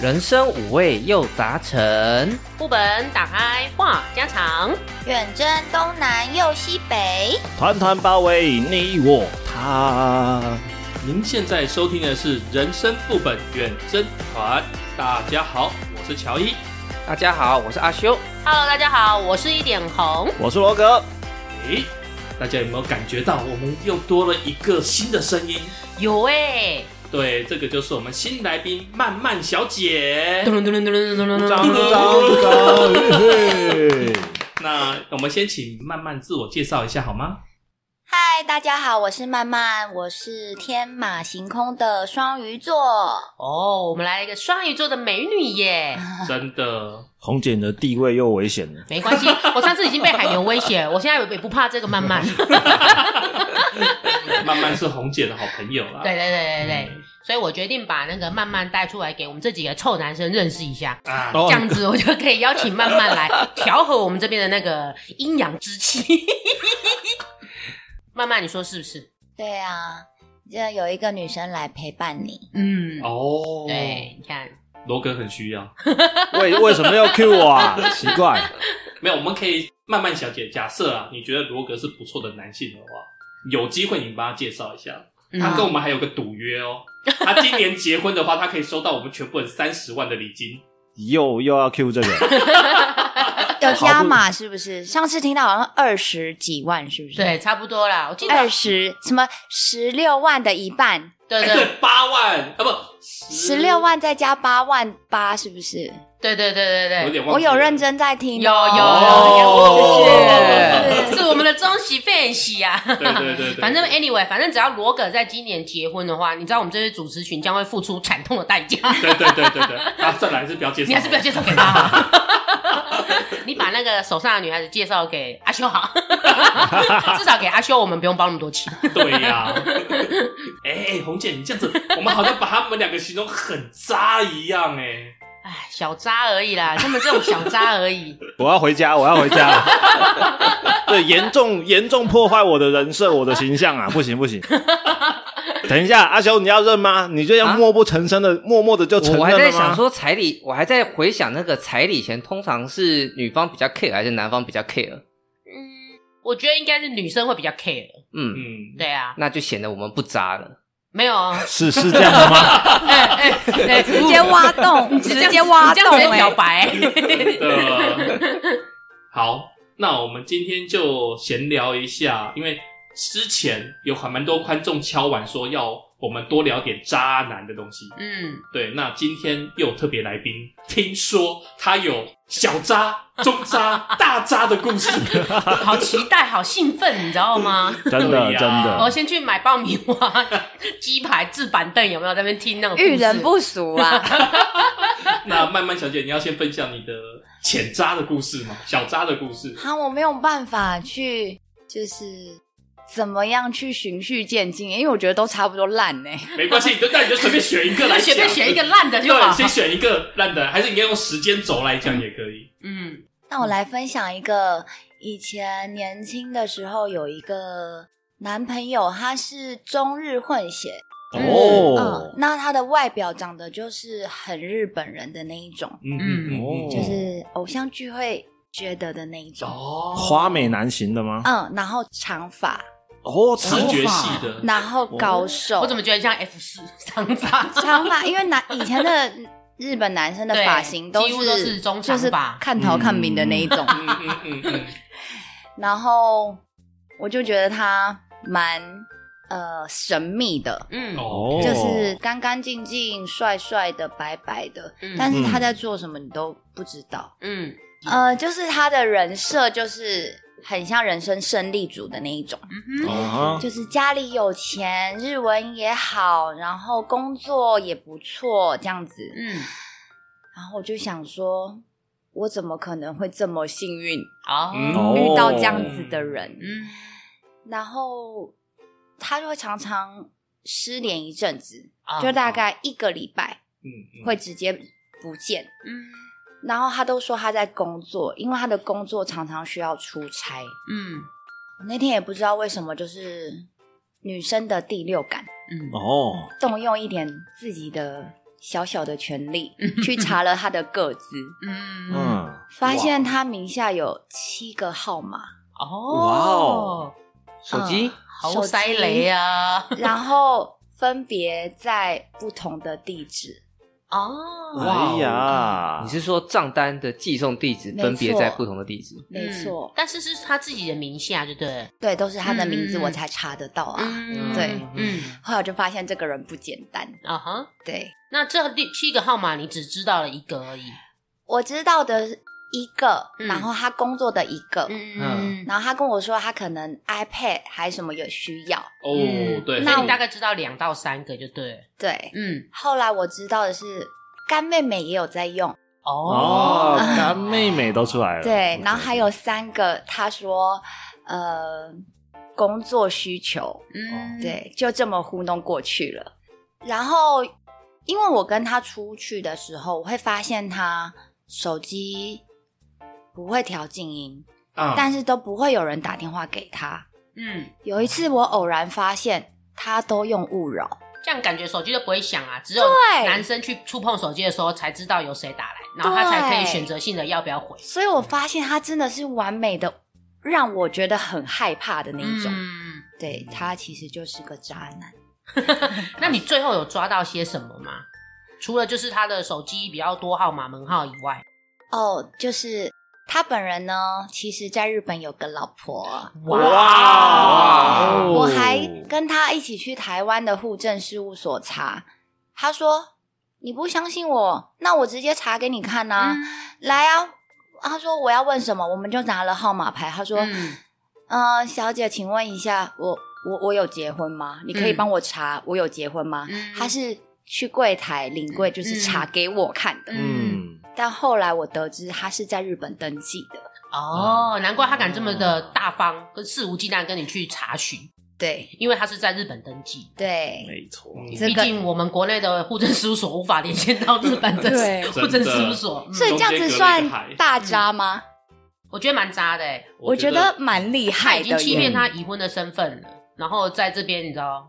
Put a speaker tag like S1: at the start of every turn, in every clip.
S1: 人生五味又杂陈。
S2: 副本打开话家常，
S3: 远征东南又西北，
S4: 团团包围你我他。
S5: 您现在收听的是《人生副本远征团》，大家好，我是乔伊。
S1: 大家好，我是阿修。
S2: Hello，大家好，我是一点红。
S4: 我是罗格，
S5: 诶，大家有没有感觉到我们又多了一个新的声音？
S2: 有哎、
S5: 对，这个就是我们新来宾曼曼小姐。
S2: 噔噔噔噔噔噔
S5: 鼓
S2: 噔
S5: 掌
S2: 噔
S5: 鼓掌鼓
S4: 掌，嘿嘿
S5: 那我们先请曼曼自我介绍一下好吗？
S3: 嗨，大家好，我是曼曼，我是天马行空的双鱼座。
S2: 哦，我们来一个双鱼座的美女耶，
S5: 真的，
S4: 红姐你的地位又危险了。
S2: 没关系，我上次已经被海牛威胁，我现在也不怕这个慢慢。
S5: 曼曼是红姐的好朋友啊啦。
S2: 对对对对对，
S5: 嗯
S2: 所以我决定把那个慢慢带出来，给我们这几个臭男生认识一下。
S5: 啊，
S4: 哦
S2: 这样子我就可以邀请慢慢来调和我们这边的那个阴阳之气。 慢慢，你说是不是？
S3: 对啊，这有一个女生来陪伴你，
S2: 嗯，
S5: 哦，
S2: 对，，你看，
S5: 罗哥很需要。
S4: 为为什么要 Q 我啊？ 奇怪，
S5: 没有，我们可以曼曼小姐假设啊，你觉得罗格是不错的男性的话，有机会你帮他介绍一下。
S2: 嗯
S5: 他跟我们还有个赌 约哦，他今年结婚的话，他可以收到我们全部人三十万的礼金。
S4: 又又要 Q 这 个，
S3: 有加码是不是？上次听到好像二十几万，是不是？，
S2: 对，差不多啦。我记得，
S3: 二十什么十六万的一半，
S2: 对对
S5: 哎，对，八万啊不，
S3: 十六，万再加八万八，是不是？
S2: 对对对对
S5: 有
S2: 对，
S5: 点忘
S3: 我
S5: 记了
S3: 有认，真在听
S2: 哎有有有有
S3: 哦，是
S2: 有，
S3: 是
S2: 是我们的中喜费喜啊。
S5: 对对对 对，
S2: 反正 anyway，反正只要罗格在今年结婚的话，你知道我们这些主持群将会付出惨痛的代价。
S5: 对对对对对，啊，算了，还是不要介绍，
S2: 你还是不要介绍给他好。你把那个手上的女孩子介绍给阿修好，至少给阿修，我们不用包那么多钱。
S5: 对 呀。哎哎，红姐，你这样子，我们好像把他们两个形容很渣一样哎。
S2: 哎，小渣而已啦，他们这种小渣而已。
S4: 我要回家，我要回 家。对，严重严重破坏我的人设，我的形象 啊！不行不行。等一下，阿修，你要认吗？你这
S1: 啊
S4: 样默不成声的，默默的就承认
S1: 我
S4: 了
S1: 还在
S4: 吗
S1: 想说彩礼，我还在回想那个彩礼钱，通常是女方比较 care 还是男方比较 care？
S2: 嗯，我觉得应该是女生会比较 care。
S1: 嗯，
S5: 嗯，
S2: 对啊，
S1: 那就显得我们不渣了。
S2: 没有啊，
S4: 是是这样的 吗？
S2: 哎哎哎，
S3: 直接挖洞，
S2: 你这
S3: 直
S2: 样
S3: 接挖
S2: 你这样
S3: 洞、
S2: 直接
S3: 欸
S2: 表，白。
S5: 真的。啊好，那我们今天就闲聊一下，因为之前有还蛮多观众敲碗说要我们多聊点渣男的东西。
S2: 嗯，
S5: 对，那今天又有特别来宾，听说他有小渣、中渣、大渣的故 事。
S2: 好期待，好兴奋，你知道吗？
S4: 真的
S5: 对呀
S4: 真
S2: 我
S4: 的，
S2: 先去买爆米花、鸡排、置板凳，有没有在那边听那种故事
S3: 遇人不淑啊。
S5: 那曼曼小姐，你要先分享你的浅渣的故事吗？小渣的故事。
S3: 啊，我没有办法去，就是怎么样去循序渐进，因为我觉得都差不多烂呢、
S5: 没关系，你就那你就随便选一个来
S2: 就随
S5: 讲，
S2: 便选一个烂的就好
S5: 对，。先选一个烂的，还是你要用时间轴来讲也可以。
S2: 嗯，
S3: 那我来分享一个，以前年轻的时候有一个男朋友，他是中日混血，嗯，
S4: 哦，
S3: 那他的外表长得就是很日本人的那一种，
S5: 嗯
S4: 哦
S3: 就是偶像剧会觉得的那一种，
S5: 哦，
S4: 花美男型的吗？
S3: 嗯，然后长发，
S4: 哦，
S5: 视觉系的，
S3: 然后高瘦，
S2: 我怎么觉得像 F 四长发？
S3: 长发，因为男以前的日本男生的
S2: 对
S3: 发型都
S2: 几乎都是中
S3: 就
S2: 长
S3: 是
S2: 发
S3: 看头看饼的那一种。
S5: 嗯嗯嗯嗯，
S3: 然后我就觉得他蛮呃神秘的，
S2: 嗯
S5: 嗯，
S4: 哦
S3: 就是干干净净、帅帅的、白白的，
S2: 嗯
S3: 但是他在做什么你都不知道。
S2: 嗯
S3: 呃，就是他的人设就是很像人生胜利组的那一种。
S2: 嗯哼
S4: 啊哈，
S3: 就是家里有钱，日文也好，然后工作也不错，这样子。
S2: 嗯，
S3: 然后我就想说，我怎么可能会这么幸运
S2: 好，
S5: 嗯
S3: 遇到这样子的人？
S2: 嗯
S3: 然后他就会常常失联一阵子，
S2: 啊
S3: 就大概一个礼拜
S5: 嗯
S3: 会直接不见。
S2: 嗯
S3: 然后他都说他在工作，因为他的工作常常需要出差。
S2: 嗯
S3: 我那天也不知道为什么，就是女生的第六感
S2: 嗯，
S4: 哦，
S3: 动用一点自己的小小的 权利，去查了他的个资，
S2: 嗯，
S4: 嗯，
S3: 发现他名下有七个号码，
S2: 哦，
S4: 哇哦，
S1: 手机、
S2: 好塞雷啊，
S3: 然后分别在不同的地址。
S2: 哦，
S4: 哎呀，
S1: 你是说账单的寄送地址
S3: 没
S1: 分别
S3: 错
S1: 在不同的地址？
S3: 没错
S2: 嗯，但是是他自己的名下，对不对？
S3: 对，都是他的名字，
S2: 嗯
S3: 我才查得到啊。
S2: 嗯
S3: 对
S2: 嗯，
S3: 后来我就发现这个人不简单。
S2: 啊哈。
S3: 对
S2: 那这第七个号码你只知道了一个而已，
S3: 我知道的一个，
S2: 嗯
S3: 然后他工作的一个，
S1: 嗯
S3: 然后他跟我说他可能 iPad 还什么有需要。
S5: 哦，对，
S2: 嗯那
S5: 所以
S2: 你大概知道两到三个就对了，
S3: 对，
S2: 嗯，
S3: 后来我知道的是干妹妹也有在用。
S4: 哦，
S2: 哦，
S4: 干妹妹都出来了，
S3: 对，然后还有三个，他说呃工作需求，
S4: 哦
S2: 嗯，
S3: 对，就这么糊弄过去了。然后，因为我跟他出去的时候，我会发现他手机不会调静音，
S5: 啊，
S3: 但是都不会有人打电话给他。
S2: 嗯，
S3: 有一次，我偶然发现他都用勿扰，
S2: 这样感觉手机都不会响啊，只有
S3: 对
S2: 男生去触碰手机的时候才知道有谁打来，然后他才可以选择性的要不要回
S3: 所以我发现他真的是完美的，让我觉得很害怕的那一种。
S2: 嗯
S3: 对他其实就是个渣男。
S2: 那你最后有抓到些什么吗？除了就是他的手机比较多号码门号以外，
S3: 哦，就是他本人呢，其实在日本有个老婆。
S4: 哇哦
S3: 我还跟他一起去台湾的户政事务所查，他说你不相信我，那我直接查给你看呐、啊，
S2: 嗯
S3: 来啊！他说我要问什么，我们就拿了号码牌。他说，
S2: 嗯
S3: 呃，小姐，请问一下，我我我有结婚吗？你可以
S2: 嗯
S3: 帮我查我有结婚吗？
S2: 嗯
S3: 他是去柜台领柜，就是查给我看的。
S4: 嗯，
S3: 但后来我得知他是在日本登记的，
S5: 嗯
S2: 哦，难怪他敢这么的大方，跟肆无忌惮跟你去查询，
S3: 对
S2: 因为他是在日本登记。
S3: 对，
S4: 没错，
S5: 嗯
S3: 这
S2: 毕
S3: 个
S2: 竟我们国内的户政事务所无法连线到日本的
S3: 对
S2: 户政事务所，嗯
S3: 所以这样子算大
S2: 渣
S3: 渣吗？
S2: 我觉得蛮渣的欸。
S3: 我觉得蛮厉
S2: 他
S3: 害
S2: 已
S3: 的
S2: 经欺
S3: 耶，
S2: 骗他已婚的身份了，然后在这边你知道，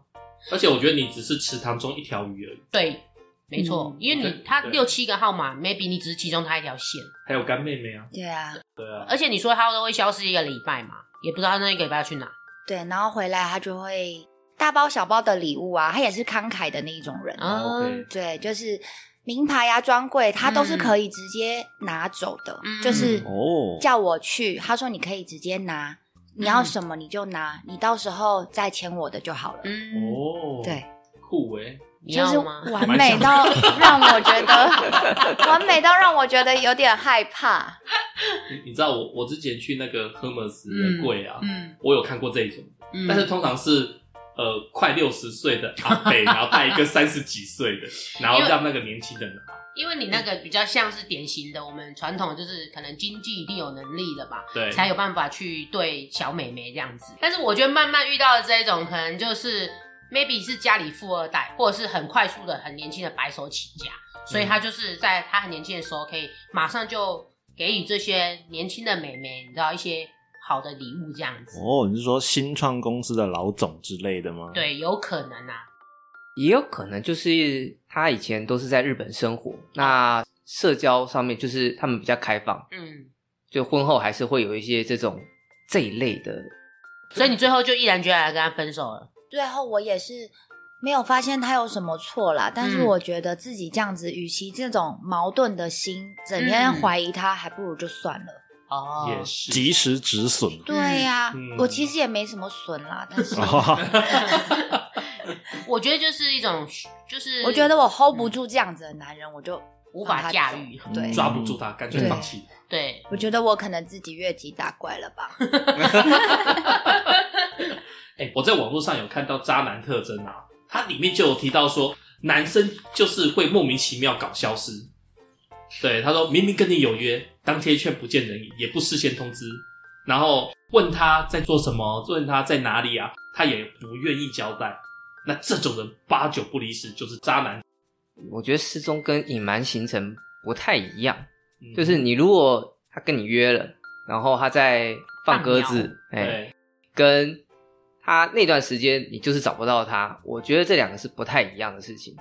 S5: 而且我觉得你只是池塘中一条鱼而已，
S2: 对，没错
S3: 嗯，
S2: 因为你
S5: 对
S2: 他
S5: 对
S2: 六七个号码，maybe 你只是其中他一条线，
S5: 还有干妹妹啊，
S3: 对啊，
S5: 对啊，
S2: 而且你说他都会消失一个礼拜嘛，也不知道他那一个礼拜要去哪。
S3: 对，然后回来他就会大包小包的礼物啊，他也是慷慨的那一种人。
S2: 啊
S5: 哦，OK
S3: 对，就是名牌啊、专柜，他都是
S2: 嗯
S3: 可以直接拿走的，
S2: 嗯
S3: 就是
S4: 哦，
S3: 叫我去，他说你可以直接拿，
S2: 嗯
S3: 你要什么你就拿，你到时候再签我的就好了。
S2: 嗯，
S5: 哦，
S3: 对，，
S5: 酷哎，
S2: 你
S3: 就是
S2: 要吗？
S3: 完美到让我觉得， 完美到让我觉得有点害怕。
S5: 你你知道我我之前去那个 Hermes 的柜啊，
S2: 嗯
S5: 我有看过这一种，
S2: 嗯
S5: 但是通常是。呃，快六十岁的阿伯，然后带一个三十几岁的，然后让那个年轻人拿。
S2: 因为你那个比较像是典型的我们传统，就是可能经济一定有能力的吧，
S5: 对，
S2: 才有办法去对小美眉这样子。但是我觉得慢慢遇到的这一种，可能就是 maybe 是家里富二代，或者是很快速的、很年轻的白手起家，所以他就是在他很年轻的时候，可以马上就给予这些年轻的美眉，你知道一些好的礼物这样子。
S4: 哦，你是说新创公司的老总之类的吗？，
S2: 对，有可能啊，
S1: 也有可能就是他以前都是在日本生活，那社交上面就是他们比较开放，
S2: 嗯，
S1: 就婚后还是会有一些这种这一类的。
S2: 所以你最后就毅然决然的跟他分手了。
S3: 最后我也是没有发现他有什么错啦，但是
S2: 嗯
S3: 我觉得自己这样子，与其这种矛盾的心，整天
S2: 嗯
S3: 怀疑他，还不如就算了。
S2: 哦，
S5: 也是
S4: 及时止损。
S3: 对呀、
S5: 嗯
S3: 我其实也没什么损啦，但是
S4: 哦，
S2: 我觉得就是一种，就是
S3: 我觉得我 hold 不住这样子的男人，我就
S2: 无法驾驭
S3: 放他走
S4: 哦
S3: 对，
S5: 抓不住他，干脆放弃。
S2: 对，
S3: 我觉得我可能自己越级打怪了吧。
S5: 哎、我在网络上有看到渣男特征啊，它里面就有提到说，男生就是会莫名其妙搞消失。对，他说明明跟你有约，当天却不见人影，也不事先通知，然后问他在做什么，问他在哪里啊，他也不愿意交代。那这种人八九不离十，就是渣男。
S1: 我觉得失踪跟隐瞒行程不太一样，
S5: 嗯
S1: 就是你如果他跟你约了，然后他在放鸽子，哎、
S5: 对，
S1: 跟他那段时间你就是找不到他，我觉得这两个是不太一样的事情。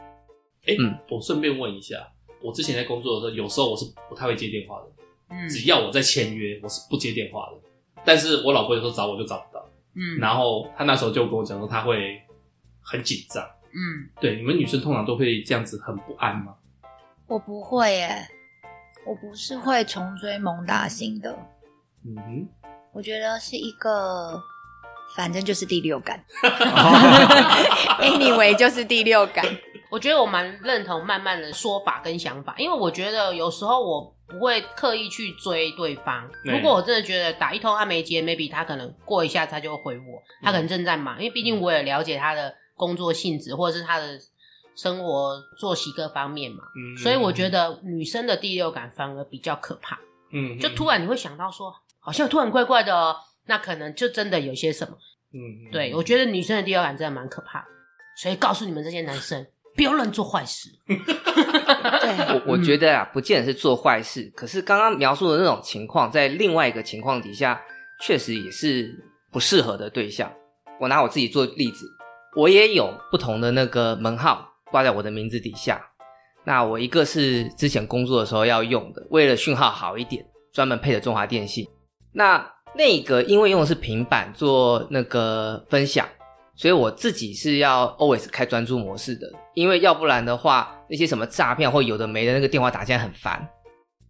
S5: 哎、哎、
S1: 嗯
S5: 我顺便问一下，我之前在工作的时候，有时候我是不太会接电话的，
S2: 嗯
S5: 只要我在签约，我是不接电话的。但是我老婆有时候找我就找不到，
S2: 嗯
S5: 然后她那时候就跟我讲说，她会很紧张。
S2: 嗯，
S5: 对，你们女生通常都会这样子很不安吗？
S3: 我不会耶，我不是会穷追猛打型的，
S5: 嗯哼，
S3: 我觉得是一个，反正就是第六感 ，anyway 就是第六感。
S2: 我觉得我蛮认同慢慢的说法跟想法，因为我觉得有时候我不会刻意去追对方。
S5: 对
S2: 如果我真的觉得打一通他没接，maybe 他可能过一下他就回我，他
S5: 嗯
S2: 可能正在忙，因为毕竟我也了解他的工作性质或者是他的生活作息各方面嘛，
S5: 嗯
S2: 所以我觉，得女生的第六感反而比较可怕。
S5: 嗯，
S2: 就突然你会想到说，好像突然怪怪的、哦，那可能就真的有些什么。
S5: 嗯，嗯，
S2: 对我觉得女生的第六感真的蛮可怕的，所以告诉你们这些男生，不要乱做坏事。
S3: 对，
S1: 我我觉得啊，不见得是做坏事，可是刚刚描述的那种情况，在另外一个情况底下，确实也是不适合的对象。我拿我自己做例子，我也有不同的那个门号挂在我的名字底下。那我一个是之前工作的时候要用的，为了讯号好一点，专门配的中华电信。那那个因为用的是平板做那个分享，所以我自己是要 always 开专注模式的，因为要不然的话，那些什么诈骗或有的没的那个电话打进来很烦。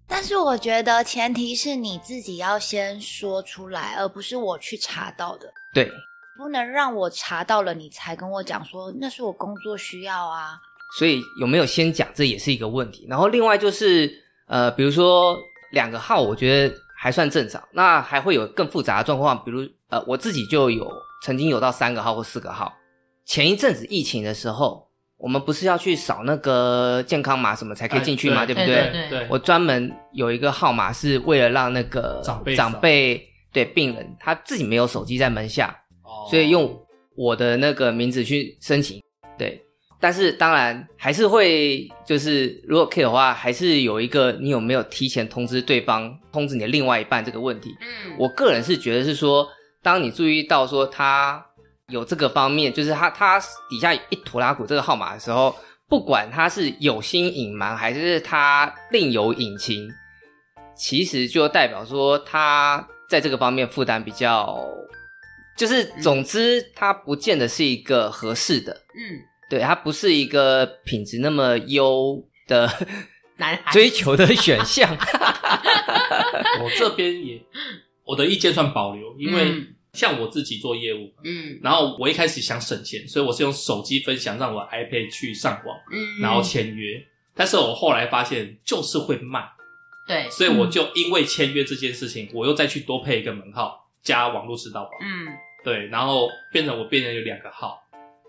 S3: 但是我觉得前提是你自己要先说出来，而不是我去查到的。
S1: 对，
S3: 不能让我查到了，你才跟我讲说那是我工作需要啊。
S1: 所以有没有先讲，这也是一个问题。然后另外就是，呃，比如说两个号，我觉得还算正常，那还会有更复杂的状况，比如呃，我自己就有曾经有到三个号或四个号。前一阵子疫情的时候，我们不是要去扫那个健康码什么才可以进去嘛，
S5: 哎
S1: 对
S5: 对
S1: 不
S2: 对对
S5: 对，
S1: 我专门有一个号码是为了让那个
S5: 长辈扫
S1: 长辈对病人他自己没有手机在门下，
S5: 哦
S1: 所以用我的那个名字去申请。对，但是当然还是会就是如果可以的话，还是有一个你有没有提前通知对方通知你的另外一半这个问题。
S2: 嗯
S1: 我个人是觉得是说，当你注意到说他有这个方面，就是他他底下一坨拉鼓这个号码的时候，不管他是有心隐瞒还是他另有隐情，其实就代表说他在这个方面负担比较，就是总之他不见得是一个合适的，
S2: 嗯，
S1: 对他不是一个品质那么优的
S2: 男 孩
S1: 追求的选项。
S5: 我这边也我的意见算保留，因为
S2: 嗯
S5: 像我自己做业务，
S2: 嗯
S5: 然后我一开始想省钱，所以我是用手机分享，让我 iPad 去上网，
S2: 嗯，
S5: 然后签约。但是我后来发现就是会慢，
S2: 对，
S5: 所以我就因为签约这件事情，我又再去多配一个门号加网络吃到饱，
S2: 嗯
S5: 对，然后变成我变成有两个号，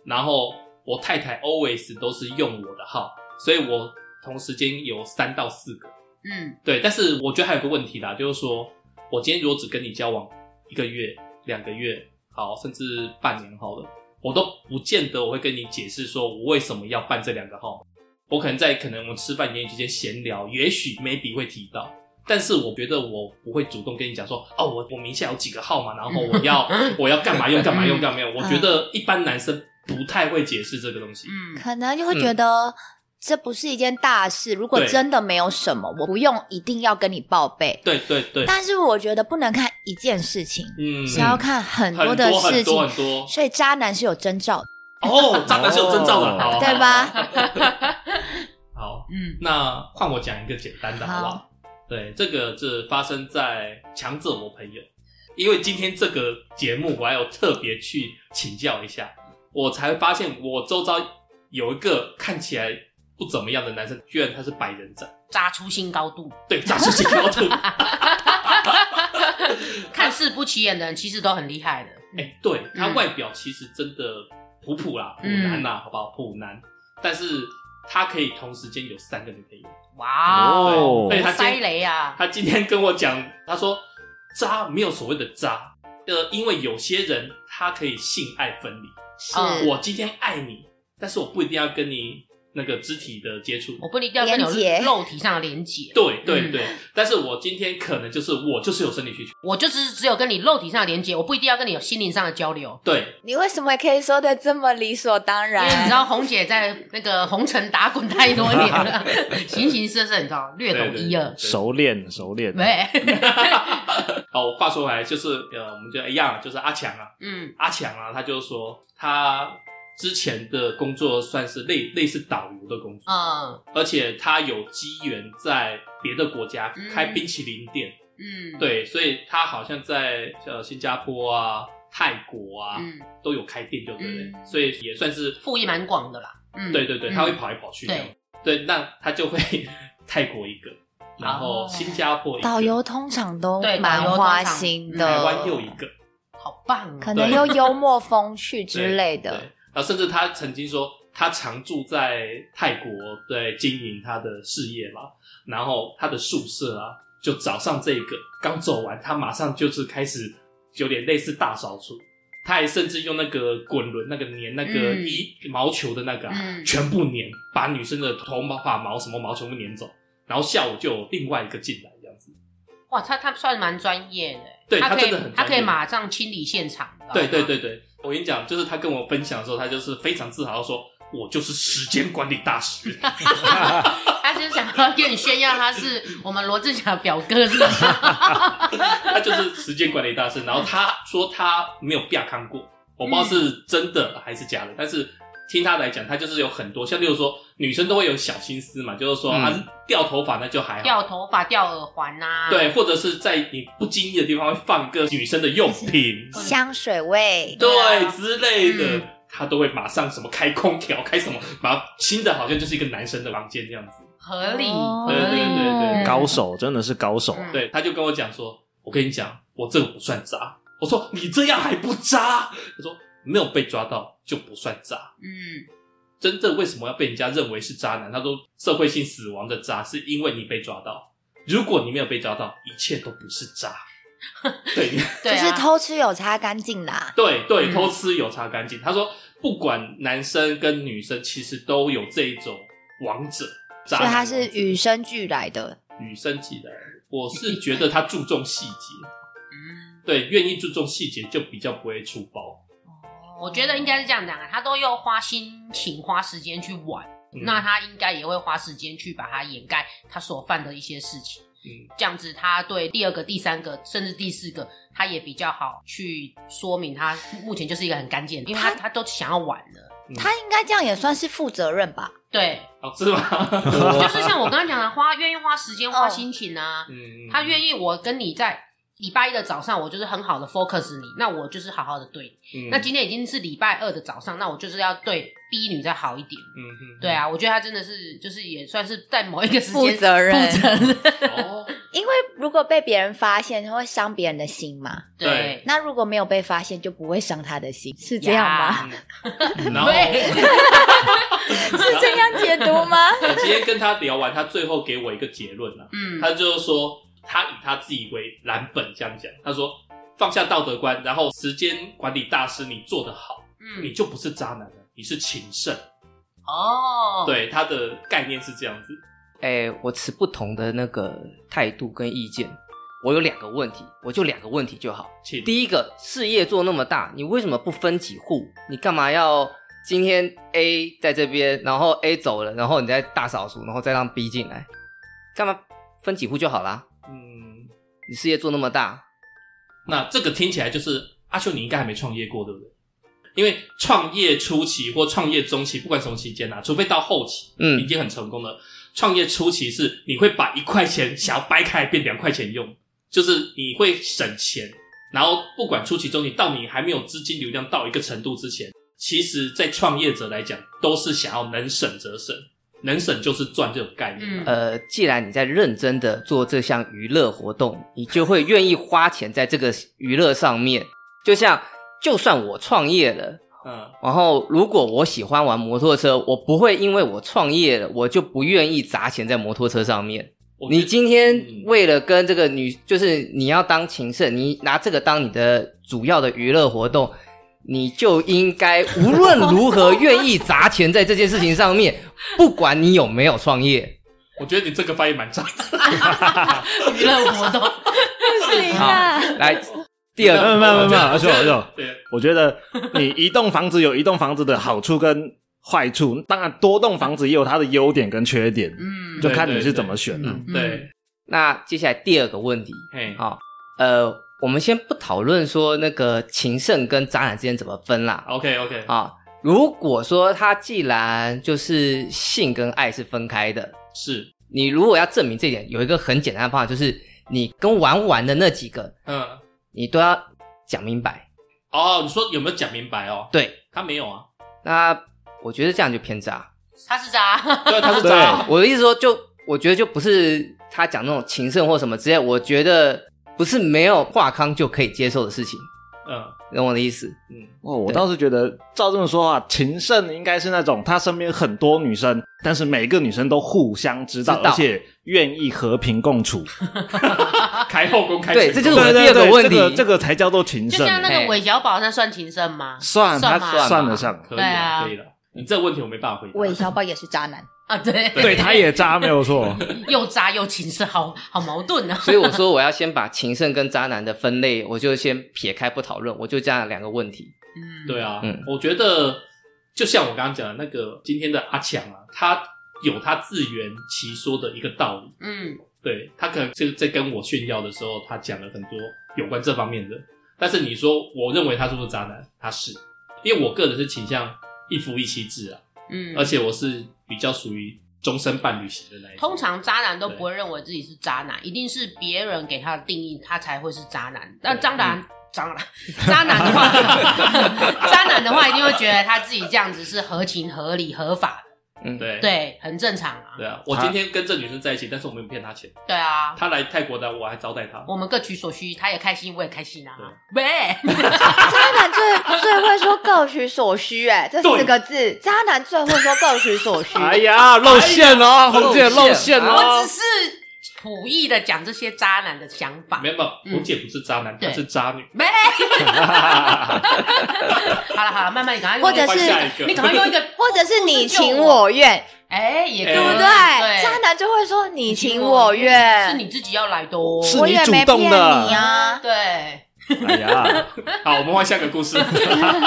S5: 然后我太太 always 都是用我的号，所以我同时间有三到四个。
S2: 嗯
S5: 对，但是我觉得还有个问题啦，就是说我今天如果只跟你交往一个月、两个月，好，甚至半年好了，我都不见得我会跟你解释说我为什么要办这两个号码。我可能在可能我们吃饭言语之间闲聊，也许 maybe 会提到，但是我觉得我不会主动跟你讲说，哦，我我名下有几个号码，然后我要 我要干嘛用干嘛用干嘛用。我
S3: 嗯
S5: 觉得一般男生不太会解释这个东西。
S2: 嗯，
S3: 可能就会觉得这不是一件大事。如果
S5: 对
S3: 真的没有什么，我不用一定要跟你报备。
S5: 对对对，
S3: 但是我觉得不能看一件事情，
S5: 嗯，
S3: 是要看很
S5: 很
S3: 多的事
S5: 很多
S3: 情。
S5: 很多
S3: 所以渣男是有征兆的，
S5: 哦，渣男是有征兆的，
S4: 哦
S5: 好，
S3: 对吧？
S5: 好，
S2: 嗯
S5: 那换我讲一个简单的，好不好？对，这个是发生在强者我朋友，因为今天这个节目，我还有特别去请教一下，我才发现我周遭有一个看起来不怎么样的男生，居然他是百人斩，
S2: 扎出新高度，
S5: 对，诈尸性高度。
S2: 看似不起眼的人其实都很厉害的。
S5: 哎、对他
S2: 嗯
S5: 外表其实真的普普啦，普男啦，好不好？普男，但是他可以同时间有三个女朋友。
S2: 哇哦，
S5: 对他今
S2: 塞雷啊！
S5: 他今天跟我讲，他说渣没有所谓的渣，呃，因为有些人他可以性爱分离。
S3: 是
S2: 嗯
S5: 我今天爱你，但是我不一定要跟你那个肢体的接触。
S2: 我不一定要跟你有
S3: 连结
S2: 肉体上的连接，
S5: 对
S2: 嗯
S5: 对对，但是我今天可能就是我就是有生理需求，
S2: 我就只是只有跟你肉体上的连接，我不一定要跟你有心灵上的交流。
S5: 对，
S3: 你为什么可以说的这么理所当
S2: 因
S3: 然？
S2: 为你知道红姐在那个红尘打滚太多年 了，形形色色，你知道略懂一二。
S4: 熟练熟练，
S2: 喂，
S5: 哦，话说回来，就是呃，我们就一样，就是阿强啊，
S2: 嗯
S5: 阿强啊，他就说他之前的工作算是类类似导游的工作，
S2: 嗯
S5: 而且他有机缘在别的国家
S2: 嗯
S5: 开冰淇淋店，
S2: 嗯，，
S5: 对，所以他好像在呃新加坡啊、泰国啊、
S2: 嗯，
S5: 都有开店，就对了，
S2: 嗯
S5: 所以也算是
S2: 副业蛮广的啦。嗯，
S5: 对对对，
S2: 嗯
S5: 他会跑来跑去这样，对，那他就会 泰国一个，然后
S2: 哦
S5: 新加坡一个，
S3: 导游通常都
S2: 对
S3: 蛮
S2: 导游通常嗯
S3: 花心的，
S5: 台湾又一个，
S2: 好棒哦。
S3: 可能
S5: 对
S3: 又幽默风趣之
S5: 对
S3: 类
S5: 对
S3: 的。，
S5: 然后甚至他曾经说，他常住在泰国，对，经营他的事业嘛，然后他的宿舍啊，就早上这个刚走完，他马上就是开始有点类似大扫除，他还甚至用那个滚轮那个粘那个
S2: 嗯
S5: 衣、毛球的那个啊、
S2: 嗯
S5: 全部粘，把女生的头毛、发毛什么毛全部粘走，然后下午就有另外一个进来这样子，
S2: 哇，他他算蛮专业的，欸
S5: 对
S2: 他
S5: 他
S2: 可以
S5: 真的很专业
S2: 他可以马上清理现场。你知道吗
S5: 对对，对对，我跟你讲，就是他跟我分享的时候，他就是非常自豪地说。我就是时间管理大师，
S2: 他就是想要跟你炫耀他是我们罗志祥的表哥，是不 是？
S5: 他就是时间管理大师。然后他说他没有亚康过，我不知道是真的还是假的，但是听他来讲，他就是有很多，像例如说女生都会有小心思嘛，就是说、
S4: 嗯
S5: 啊掉头发那就还好。
S2: 掉头发、掉耳环啊，
S5: 对，或者是在你不经意的地方会放一个女生的用品，
S2: 嗯
S3: 香水味，
S2: 对啊
S5: 对之类的，
S2: 嗯
S5: 他都会马上什么开空调，开什么，然后新的好像就是一个男生的房间这样子。
S2: 合理
S3: 哦
S2: 合
S5: 对对
S2: 理。
S5: 对 对
S4: 高手真的是高手，
S2: 嗯
S5: 对，他就跟我讲说，我跟你讲，我这个不算渣。我说你这样还不渣？他说没有被抓到就不算渣。
S2: 嗯，
S5: 真正为什么要被人家认为是渣男？他说社会性死亡的渣是因为你被抓到，如果你没有被抓到，一切都不是 渣。对
S2: 对
S3: 就是
S2: 啊，
S3: 偷吃有擦干净啦。
S5: 对对，
S2: 嗯
S5: 偷吃有擦干净。他说不管男生跟女生，其实都有这一种王者渣
S3: 所以
S5: 男
S3: 它
S5: 王者，
S3: 是与生俱来
S2: 嗯
S3: 的，
S5: 与生俱来。我是觉得他注重细节，
S2: 嗯，
S5: 对，愿意注重细节就比较不会出包。
S2: 我觉得应该是这样讲啊，他都要花心情、花时间去玩，
S5: 嗯
S2: 那他应该也会花时间去把它掩盖他所犯的一些事情。
S5: 嗯
S2: 这样子，他对第二个、第三个，甚至第四个，他也比较好去说明他目前就是一个很干净的，因为他他都想要玩了。
S3: 他应该这样也算是负责任吧？
S2: 对，
S5: 哦，是吗？
S2: 就是像我刚刚讲的，花愿意花时间、花
S3: 哦
S2: 心情啊，
S5: 嗯，
S2: 他愿意我跟你在礼拜一的早上，我就是很好的 focus 你，那我就是好好的对你。
S5: 嗯，
S2: 那今天已经是礼拜二的早上，那我就是要对 B 女再好一点。
S5: 嗯嗯，
S2: 对啊，我觉得他真的是，就是也算是在某一个时间
S3: 负责任
S2: 负责任
S5: 哦，
S3: 因为如果被别人发现，会伤别人的心嘛。
S2: 对，
S3: 那如果没有被发现，就不会伤他的心，是这样吗？
S5: 嗯然后
S2: 对，
S3: 是这样解读 吗？
S5: 我今天跟他聊完，他最后给我一个结论啊，
S2: 嗯，
S5: 他就说他以他自己为蓝本这样讲，他说放下道德观，然后时间管理大师你做得好，你
S2: 嗯，
S5: 就不是渣男了，你是情圣。
S2: 哦，，
S5: 对，他的概念是这样子。
S1: 哎，我持不同的那个态度跟意见。我有两个问题，我就两个问题就好。
S5: 请
S1: 第一个，事业做那么大，你为什么不分几户？你干嘛要今天 A 在这边，然后 A 走了，然后你再大扫除，然后再让 B 进来？干嘛分几户就好啦？
S5: 嗯，
S1: 你事业做那么大，
S5: 那这个听起来就是阿秀，你应该还没创业过，对不对？因为创业初期或创业中期，不管什么期间啊，除非到后期，
S1: 嗯
S5: 已经很成功了。创业初期是你会把一块钱想要掰开来变两块钱用，就是你会省钱。然后不管初期、中期，到你还没有资金流量到一个程度之前，其实，在创业者来讲，都是想要能省则省，能省就是赚这种概念嘛。
S2: 嗯，
S1: 呃，既然你在认真的做这项娱乐活动，你就会愿意花钱在这个娱乐上面。就像，就算我创业了，
S5: 嗯，
S1: 然后如果我喜欢玩摩托车，我不会因为我创业了，我就不愿意砸钱在摩托车上面。
S5: 我觉得
S1: 你今天
S5: 嗯
S1: 为了跟这个女，就是你要当情圣，你拿这个当你的主要的娱乐活动，你就应该无论如何愿意砸钱在这件事情上面，不管你有没有创 业。
S5: 我觉得你这个翻译蛮渣的。
S2: 娱乐活动，
S6: 不行
S1: 啊
S6: 啊！
S1: 来，第二
S4: 没有
S1: 个，
S4: 没有啊没有没有，
S5: 我
S4: 阿
S5: 觉
S4: 秀
S5: 得
S4: 阿秀，
S5: 对，
S4: 我觉得你一栋房子有一栋房子的好处跟坏处，当然多栋房子也有它的优点跟缺点，
S2: 嗯，
S4: 就看你是怎么选了、
S1: 嗯
S5: 对，
S1: 那接下来第二个问题，
S5: 嘿，
S1: 好、呃，我们先不讨论说那个情圣跟渣男之间怎么分啦，
S5: ，OK OK，
S1: 啊、如果说他既然就是性跟爱是分开的，
S5: 是，
S1: 你如果要证明这一点，有一个很简单的方法，就是你跟玩玩的那几个，
S5: 嗯，
S1: 你都要讲明白。
S5: 哦，你说有没有讲明白哦？
S1: 对，
S5: 他没有啊，
S1: 那我觉得这样就偏渣。
S2: 他是渣，
S5: 对，他是
S4: 对
S5: 渣，
S1: 我的意思说就，我觉得就不是他讲那种情圣或什么之类，我觉得不是没有话康就可以接受的事情，
S5: 嗯
S1: 懂我的意思？
S5: 嗯，
S4: 哦，我
S1: 对
S4: 倒是觉得照这么说啊，秦胜应该是那种他身边很多女生，但是每个女生都互相知道，
S1: 知道
S4: 而且愿意和平共处。
S5: 开后宫开
S1: 对
S5: 前宫
S1: 这就是我的
S4: 对
S1: 第二个
S4: 对对
S1: 问题
S4: 这个这个才叫做秦
S2: 就
S4: 胜。
S2: 像那个
S1: 嘿
S2: 韦小宝，那算情圣吗？
S4: 算他
S2: 算吗
S4: 算得上，
S5: 可以
S2: 对
S5: 了，
S2: 啊
S5: 可以了。你这个问题我没办法回答。
S3: 韦小宝也是渣男，
S2: 啊，对，
S4: 对，他也渣没有错。
S2: 又渣又情圣，好好矛盾啊。
S1: 所以我说我要先把情圣跟渣男的分类，我就先撇开不讨论，我就这样两个问题。
S2: 嗯，
S5: 对啊，
S1: 嗯
S5: 我觉得就像我刚刚讲的那个今天的阿强啊，他有他自圆其说的一个道理。
S2: 嗯，
S5: 对他可能就在跟我炫耀的时候，他讲了很多有关这方面的。但是你说，我认为他是不是渣男？他是，因为我个人是倾向一夫一妻制啊，
S2: 嗯
S5: 而且我是比较属于终身伴侣型的那一种。
S2: 通常渣男都不会认为自己是渣男，一定是别人给他的定义，他才会是渣男。那当然，渣男，渣男的话， 渣男的话一定会觉得他自己这样子是合情、合理、合法的，
S1: 嗯，
S5: 对
S2: 对，很正常啊。
S5: 对啊，我今天跟这女生在一起，但是我没有骗她钱，
S2: 对啊，
S5: 她来泰国的我还招待她。
S2: 我们各取所需，他也开心，我也开心啊。喂，
S3: 渣男最最会说各取所需、哎，这四个字，渣男最会说各取所需。
S4: 哎呀，露馅了哦，
S1: 哎呀
S4: 红姐露馅了
S2: 我
S4: 哦
S2: 只。是普意的讲这些渣男的想法
S5: 没。有没有，
S2: 嗯
S5: 我姐不是渣男，她
S2: 对
S5: 是渣女。
S2: 没，好了好了，慢慢你赶快用
S3: 或
S2: 一个，
S3: 者
S5: 换
S3: 是
S5: 下一个，
S2: 你赶快用一个，
S3: 或者是你情我愿，
S2: 哎，也可以
S3: 对不对？
S2: 对
S3: 渣男就会说你情我愿，
S2: 是你自己要来的哦。
S4: 是
S3: 我
S4: 你
S3: 也
S4: 主
S3: 没骗
S4: 动
S3: 你
S4: 的
S3: 啊。
S2: 对，
S4: 哎呀，
S5: 好，我们换下个故事。
S2: 嗯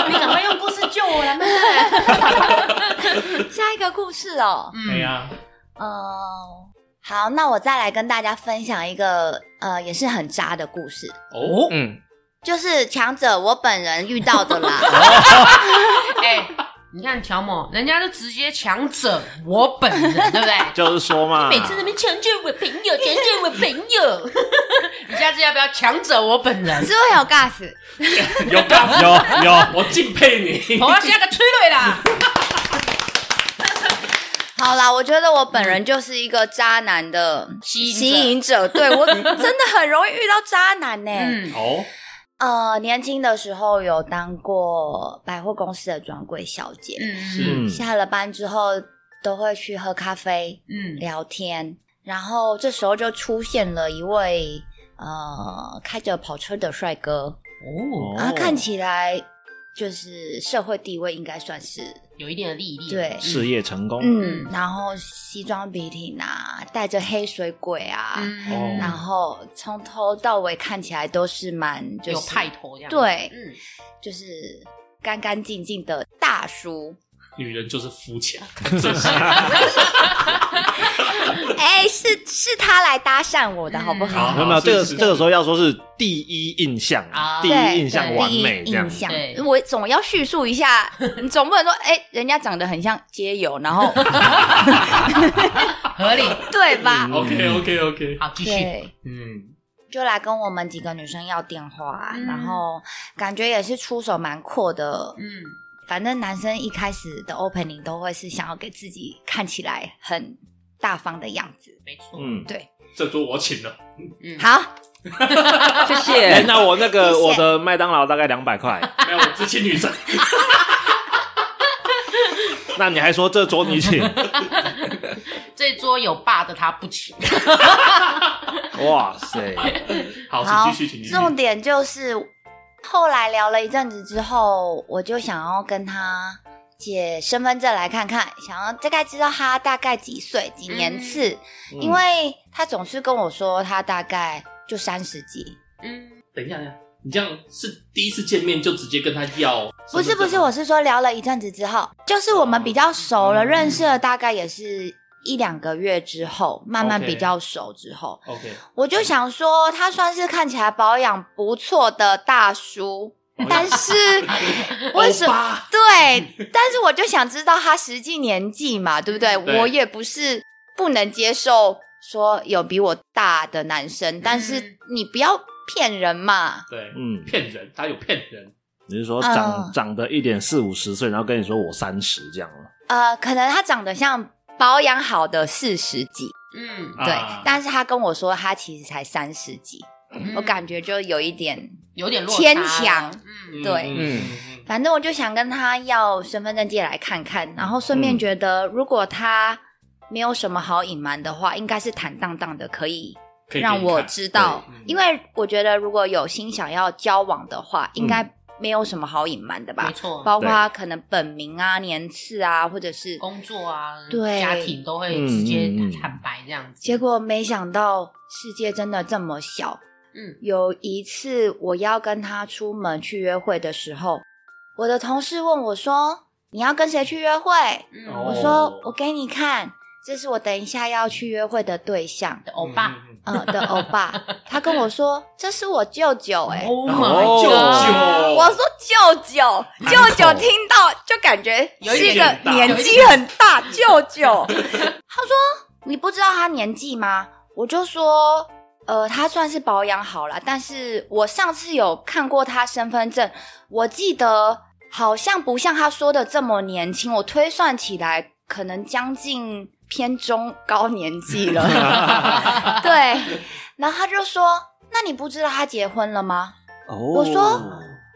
S2: 你赶快用故事救我了，妹妹。
S3: 下一个故事哦，呃
S5: 哎
S2: 嗯，
S5: 呀，
S6: 哦，
S3: 好，那我再来跟大家分享一个呃，也是很渣的故事，
S5: 哦，
S1: 嗯，
S3: 就是强者我本人遇到的啦。
S2: 哎，你看乔某，人家就直接强者我本人，对不对？
S5: 啊
S4: 就是说嘛，
S2: 每次那边强者我朋友，强者我朋 友，你下次要不要强者我本人？
S3: 是会有 gas，
S5: 有干嘛？
S4: 有有
S5: 我敬佩你。
S2: 我要下个催泪啦！
S3: 好啦，我觉得我本人就是一个渣男的
S2: 吸引者
S3: 者， 对我真的很容易遇到渣男呢、欸
S2: 嗯，
S5: 哦，
S3: 呃，年轻的时候有当过百货公司的专柜小姐，
S2: 嗯
S5: 是
S4: 嗯，
S3: 下了班之后都会去喝咖啡
S2: 嗯
S3: 聊天，然后这时候就出现了一位呃开着跑车的帅哥，
S2: 哦，
S3: 啊，看起来就是社会地位应该算是
S2: 有一点的历练，
S3: 对
S4: 事业成功，
S3: 嗯，然后西装笔挺啊，带着黑水鬼啊，
S2: 嗯，
S3: 然
S5: 哦
S3: 后从头到尾看起来都是蛮就是
S2: 有派头这样，
S3: 对
S2: 嗯，
S3: 就是干干净净的大叔。
S5: 女人就是肤浅，
S3: 哎，是是他来搭讪我的
S2: 嗯
S3: 好不
S5: 好
S3: 好？
S4: 没有没有，
S5: 是
S4: 这个
S5: 是
S4: 这个时候要说是第一印象
S2: 啊
S4: 第一印象
S2: 对
S4: 完
S3: 第一
S4: 美这样
S3: 印。象
S2: 对，
S3: 我总要叙述一下， 你总不能说哎，人家长得很像街友，然后
S2: 合理。
S3: 对吧？
S4: 嗯
S5: OK OK OK，
S2: 好，继续。
S3: 对，
S5: 嗯，
S3: 就来跟我们几个女生要电话，
S2: 嗯
S3: 然后感觉也是出手蛮阔的，
S2: 嗯，
S3: 反正男生一开始的 opening 都会是想要给自己看起来很大方的样子。
S2: 没错。
S4: 嗯，
S5: 这桌我请了。
S2: 嗯，
S3: 好，
S1: 谢
S4: 哎、
S1: 谢。
S4: 那我那个
S3: 谢谢
S4: 我的麦当劳大概两百块，
S5: 没有，我只请女生。
S4: 那你还说这桌你 请？
S2: 这桌有爸的他不请。
S4: 哇塞，
S5: 好，
S3: 好
S5: 请继续，请继续。
S3: 重点就是后来聊了一阵子之后，我就想要跟他借身份证来看看，想要大概知道他大概几岁、几年次，
S5: 嗯
S3: 因为他总是跟我说他大概就三十几。
S2: 嗯，
S5: 等一下，等一下，你这样是第一次见面就直接跟他要
S3: 不
S5: 身份证吗？
S3: 是不是，我是说聊了一阵子之后，就是我们比较熟了，
S5: 嗯
S3: 认识了大概也是一两个月之后，慢慢
S5: OK
S3: 比较熟之后
S5: OK，
S3: 我就想说，他算是看起来保养不错的大叔，但 是为什
S5: 欧
S3: 么？
S5: 巴
S3: 对，但是我就想知道他实际年纪嘛，对不对？
S5: 对
S3: 我也不是不能接受说有比我大的男生，但
S5: 嗯
S3: 是你不要骗人嘛。
S5: 对，
S4: 嗯，
S5: 骗人，他有骗人，
S4: 你是说长、
S3: 嗯
S4: 长得一点四五十岁，然后跟你说我三十这样吗？
S3: 呃，可能他长得像保养好的四十几，
S2: 嗯，
S3: 对，
S5: 啊
S3: 但是他跟我说他其实才三十几，
S2: 嗯
S3: 我感觉就有一点
S2: 有点落差
S3: 牵强。
S2: 嗯，
S3: 对
S5: 嗯嗯
S3: 反正我就想跟他要身份证借来看看，然后顺便觉得如果他没有什么好隐瞒的话，应该是坦荡荡的，可以
S5: 可以给你
S3: 让我
S5: 看
S3: 知道
S5: 对嗯。
S3: 因为我觉得如果有心想要交往的话，应该没有什么好隐瞒的吧
S2: 没，错，
S3: 包括他可能本名啊、年次啊，或者是
S2: 工作啊，
S3: 对
S2: 家庭都会直接
S4: 嗯嗯嗯
S2: 坦白这样子。
S3: 结果没想到世界真的这么小。
S2: 嗯，
S3: 有一次我要跟他出门去约会的时候，我的同事问我说：“你要跟谁去约会？”
S2: 嗯，
S5: 哦
S3: 我说：“我给你看，这是我等一下要去约会的对象，
S2: 欧巴，，
S5: 嗯嗯嗯
S3: 呃的欧巴。”他跟我说：“这是我舅舅、 欸。”
S2: ，Oh
S4: 哦
S2: my
S5: 舅舅
S3: 我说舅舅，舅舅听到就感觉
S2: 有一
S3: 是一个
S5: 点大
S3: 年纪很大，舅舅。他说你不知道他年纪吗？我就说，呃，他算是保养好了，但是我上次有看过他身份证，我记得好像不像他说的这么年轻，我推算起来可能将近偏中高年纪了。
S2: God，
S3: 对，然后他就说，那你不知道他结婚了吗？
S4: 哦，
S3: 我说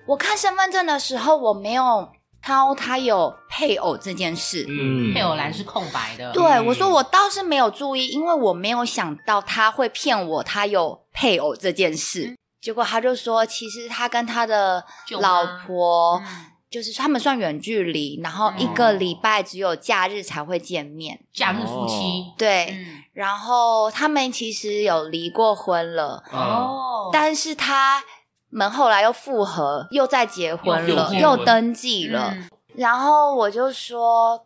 S3: 我看身份证的时候，我没有掏他有配偶这件事。
S5: 嗯
S2: 配偶栏是空白的，嗯
S3: 对，我说我倒是没有注意，因为我没有想到他会骗我，他有配偶这件事。结果他就说，其实他跟他的
S2: 舅妈
S3: 老婆
S2: 嗯
S3: 就是他们算远距离，然后一个礼拜只有假日才会见面。
S2: 假日夫妻，
S3: 对，
S2: 嗯，
S3: 然后他们其实有离过婚了，
S2: 嗯
S5: 哦，
S3: 但是他们后来又复合，又再结婚
S5: 又
S3: 了，
S5: 结
S3: 又
S5: 婚
S3: 登记了。
S2: 嗯
S3: 然后我就说，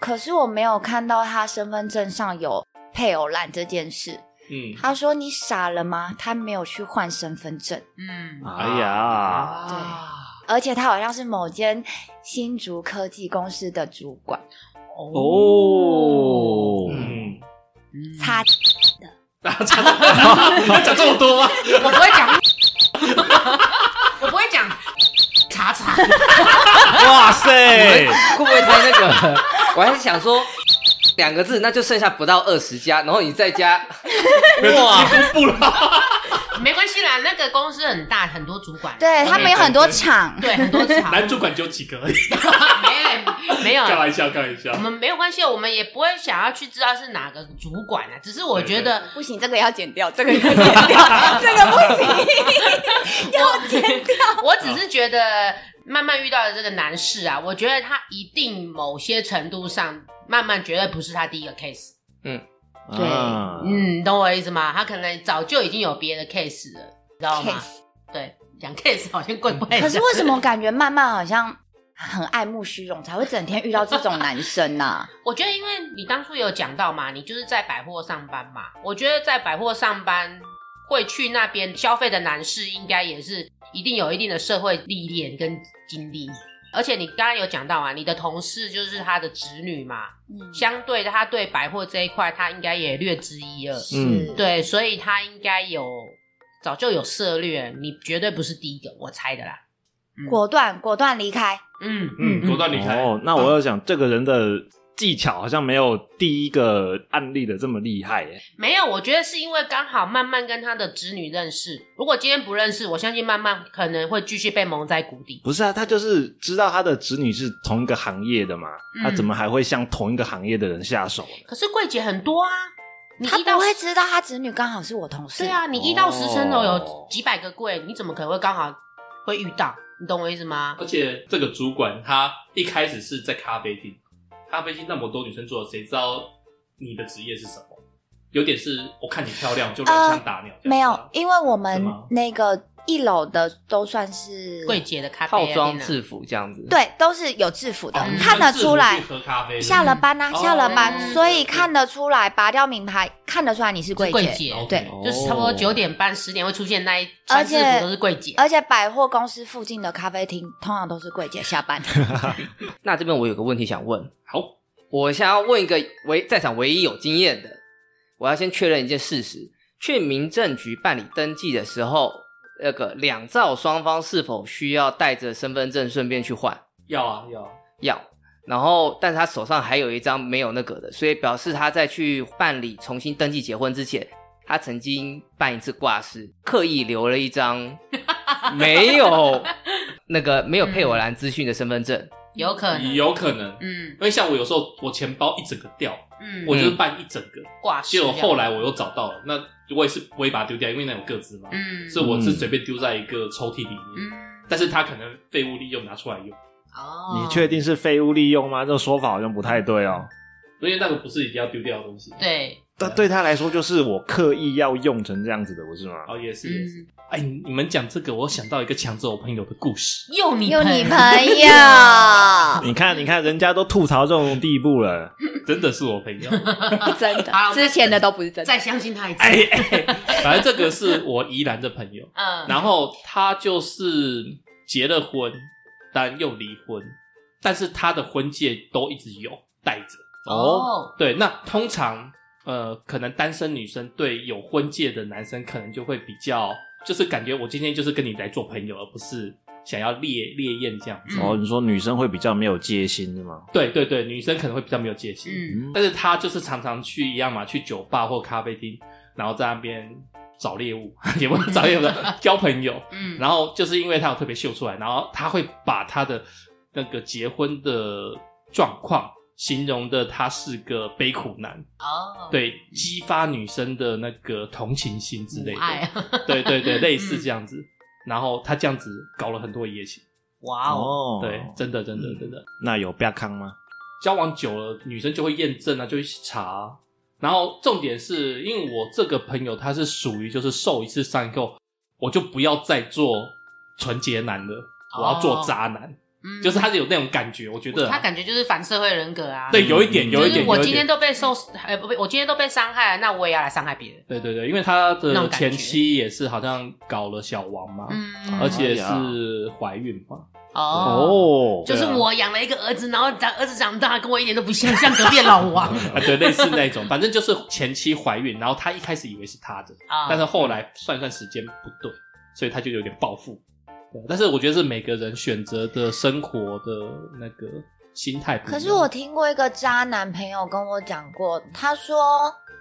S3: 可是我没有看到他身份证上有配偶栏这件事。
S5: 嗯，
S3: 他说你傻了吗？他没有去换身份证，
S2: 嗯，
S4: 哎呀，
S5: 啊，
S3: 而且他好像是某间新竹科技公司的主管，
S4: 哦，
S5: 嗯，
S2: 嗯
S3: 擦，
S5: 他讲这么多吗？
S2: 我不会讲， 我不会讲，查查，
S4: 哇塞，
S1: 会不会太那个？ 我还是想说两个字，那就剩下不到二十家，然后你再加，哇，
S5: 不了，
S2: 没关系啦，那个公司很大，很多主管，
S3: 对他们有很多
S5: 对对
S3: 厂，
S2: 对，很多 厂，
S5: 男主管就几个 而已，
S2: 没有没 有
S5: 开玩笑，开玩笑
S2: 我。们没有关系，我们也不会想要去知道是哪个主管啊。只是我觉得，
S3: 不行，这个要剪掉，这个要剪掉， 这个不行。
S2: 我只是觉得慢慢遇到的这个男士啊，我觉得他一定某些程度上，慢慢绝对不是他第一个 case。
S3: 对
S4: 啊
S2: 嗯，懂我意思吗？他可能早就已经有别的 case 了，你知道吗对，讲 case 好像怪怪的。
S3: 可是为什么感觉慢慢好像很爱慕虚荣，才会整天遇到这种男生呐、
S2: 我觉得，因为你当初有讲到嘛，你就是在百货上班嘛。我觉得在百货上班会去那边消费的男士，应该也是一定有一定的社会历练跟经历。而且你刚刚有讲到啊，你的同事就是他的侄女嘛，
S5: 嗯
S2: 相对的他对百货这一块，他应该也略知一二。
S4: 嗯
S2: 对，所以他应该有早就有涉略，你绝对不是第一个，我猜的啦。
S3: 果断果断离开。
S2: 嗯
S5: 嗯，果断离开。
S4: 哦，那我要想，这个人的技巧好像没有第一个案例的这么厉害耶。
S2: 没有，我觉得是因为刚好慢慢跟他的侄女认识。如果今天不认识，我相信慢慢可能会继续被蒙在鼓底。
S4: 不是啊，他就是知道他的侄女是同一个行业的嘛，
S2: 嗯
S4: 他怎么还会向同一个行业的人下手呢？
S2: 可是柜姐很多啊，你
S3: 他
S2: 一到
S3: 不会
S2: 十
S3: 知道他侄女刚好是我同事。
S2: 对，啊，你一到十层楼
S4: 哦
S2: 有几百个柜，你怎么可能会刚好会遇到，你懂我意思吗？
S5: 而且这个主管他一开始是在咖啡厅，咖啡厅那么多女生坐，谁知道你的职业是什么？有点是我看你漂亮就乱枪打鸟、
S3: 呃没有，
S5: 因
S3: 因为我
S5: 是
S3: 们
S5: 吗
S3: 那个一楼的都算是
S2: 柜姐的咖啡
S1: 套
S2: 啊
S1: 装
S2: 那
S1: 制服这样子。，
S3: 对，都是有制服的，
S5: 哦、你
S3: 看得
S5: 穿制服
S3: 出来
S5: 去。喝咖啡，
S3: 下了班呐、啊
S5: 哦
S3: 下了班，
S2: 嗯
S3: 所以看得出来，拔掉名牌，看得出来你是
S2: 是
S3: 柜
S2: 柜
S3: 姐。
S2: 姐，
S5: 对
S2: 就是差不多
S5: 哦
S2: 九点半、十点会出现那一
S3: 而
S2: 穿制
S3: 且
S2: 服都是柜姐。
S3: 而且百货公司附近的咖啡厅通常都是柜姐下班。
S1: 那这边我有个问题想问，
S5: 好，
S1: 我想要问一个唯在场唯一有经验的，我要先确认一件事实：去民政局办理登记的时候，那个两造双方是否需要带着身份证顺便去换？
S5: 要啊要啊，
S1: 要，然后但是他手上还有一张没有那个的，所以表示他在去办理重新登记结婚之前，他曾经办一次挂失，刻意留了一张没有那个没有配偶栏资讯的身份证。
S2: 有可能，
S5: 有可能，因
S2: 嗯
S5: 为像我有时候我钱包一整个掉，
S2: 嗯，
S5: 我就是办一整个，
S3: 嗯
S2: 挂失
S5: 结
S2: 这
S5: 果
S2: 样。
S5: 后来我又找到了，那我也是不会把它丢掉，因为那有个资嘛，
S2: 嗯
S5: 所以我是随便丢在一个抽屉里面，
S2: 嗯
S5: 但是他可能废物利用拿出来用，
S2: 哦，
S4: 你确定是废物利用吗？这个说法好像不太对哦。
S5: 因为那个不是一定要丢掉的东西，，
S2: 对，
S4: 但对他来说，就是我刻意要用成这样子的，不是吗？
S5: 哦也是也是，
S2: 嗯，
S5: 哎，你你们讲这个，我想到一个抢走我朋友的 故事，
S2: 又哦你
S3: 有你朋 友，
S4: 你看，你看，人家都吐槽这种地步了，
S5: 真的是我朋友，
S3: 真
S2: 好
S3: 的，之前的都不是真的
S2: 再。相信他一次。
S5: 哎哎，反正这个是我宜兰的朋友。
S2: 嗯，
S5: 然后他就是结了婚，但又离婚，但是他的婚戒都一直有戴着。
S2: 哦，
S5: 对，那通常呃，可能单身女生对有婚戒的男生，可能就会比较，就是感觉我今天就是跟你来做朋友，而不是想要烈烈焰这样
S2: 嗯
S5: 子。
S4: 哦，你说女生会比较没有戒心是吗？
S5: 对对对，女生可能会比较没有戒心，
S2: 嗯，
S5: 但是他就是常常去一样嘛，去酒吧或咖啡厅，然后在那边找猎物， 也不是找猎物，交朋友。
S2: 嗯，
S5: 然后就是因为他有特别秀出来，然后他会把他的那个结婚的状况形容的他是个悲苦男，
S2: 哦，，
S5: 对，激发女生的那个同情心之类
S2: 母爱啊嗯
S5: 的，， 对对对，类似这样子。然后他这样子搞了很多夜情，
S2: 哇哦，
S4: 哦
S5: 对，真的真的
S4: 嗯
S5: 真的，
S4: 那有不要康吗？
S5: 交往久了，女生就会验证啊，就会去查。然后重点是因为我这个朋友他是属于就是受一次伤以后，我就不要再做纯洁男了，我要做渣男。
S2: 嗯
S5: 就是他有那种感觉，我觉得啊
S2: 他感觉就是反社会人格啊，
S5: 对，有一点，有一点，
S2: 就是我
S5: 有一
S2: 今天
S5: 点
S2: 都被受，呃，不，我今天都被伤害了，那我也要来伤害别人。
S5: 对对对，因为他
S2: 那
S5: 的
S2: 种感
S5: 前
S2: 觉
S5: 妻也是好像搞了小王嘛，
S2: 嗯，
S5: 而且
S4: 哎呀
S5: 是怀孕嘛，
S2: 哦，
S4: 哦，
S2: 就是我养了一个儿子，然后长儿子长大跟我一点都不像，像隔壁的老王
S5: 啊，对，类似那种，反正就是前妻怀孕，然后他一开始以为是他的，
S2: 啊。
S5: 但是后来算算时间不对，所以他就有点报复。对但是我觉得是每个人选择的生活的那个心态不一样。
S3: 可是我听过一个渣男朋友跟我讲过，他说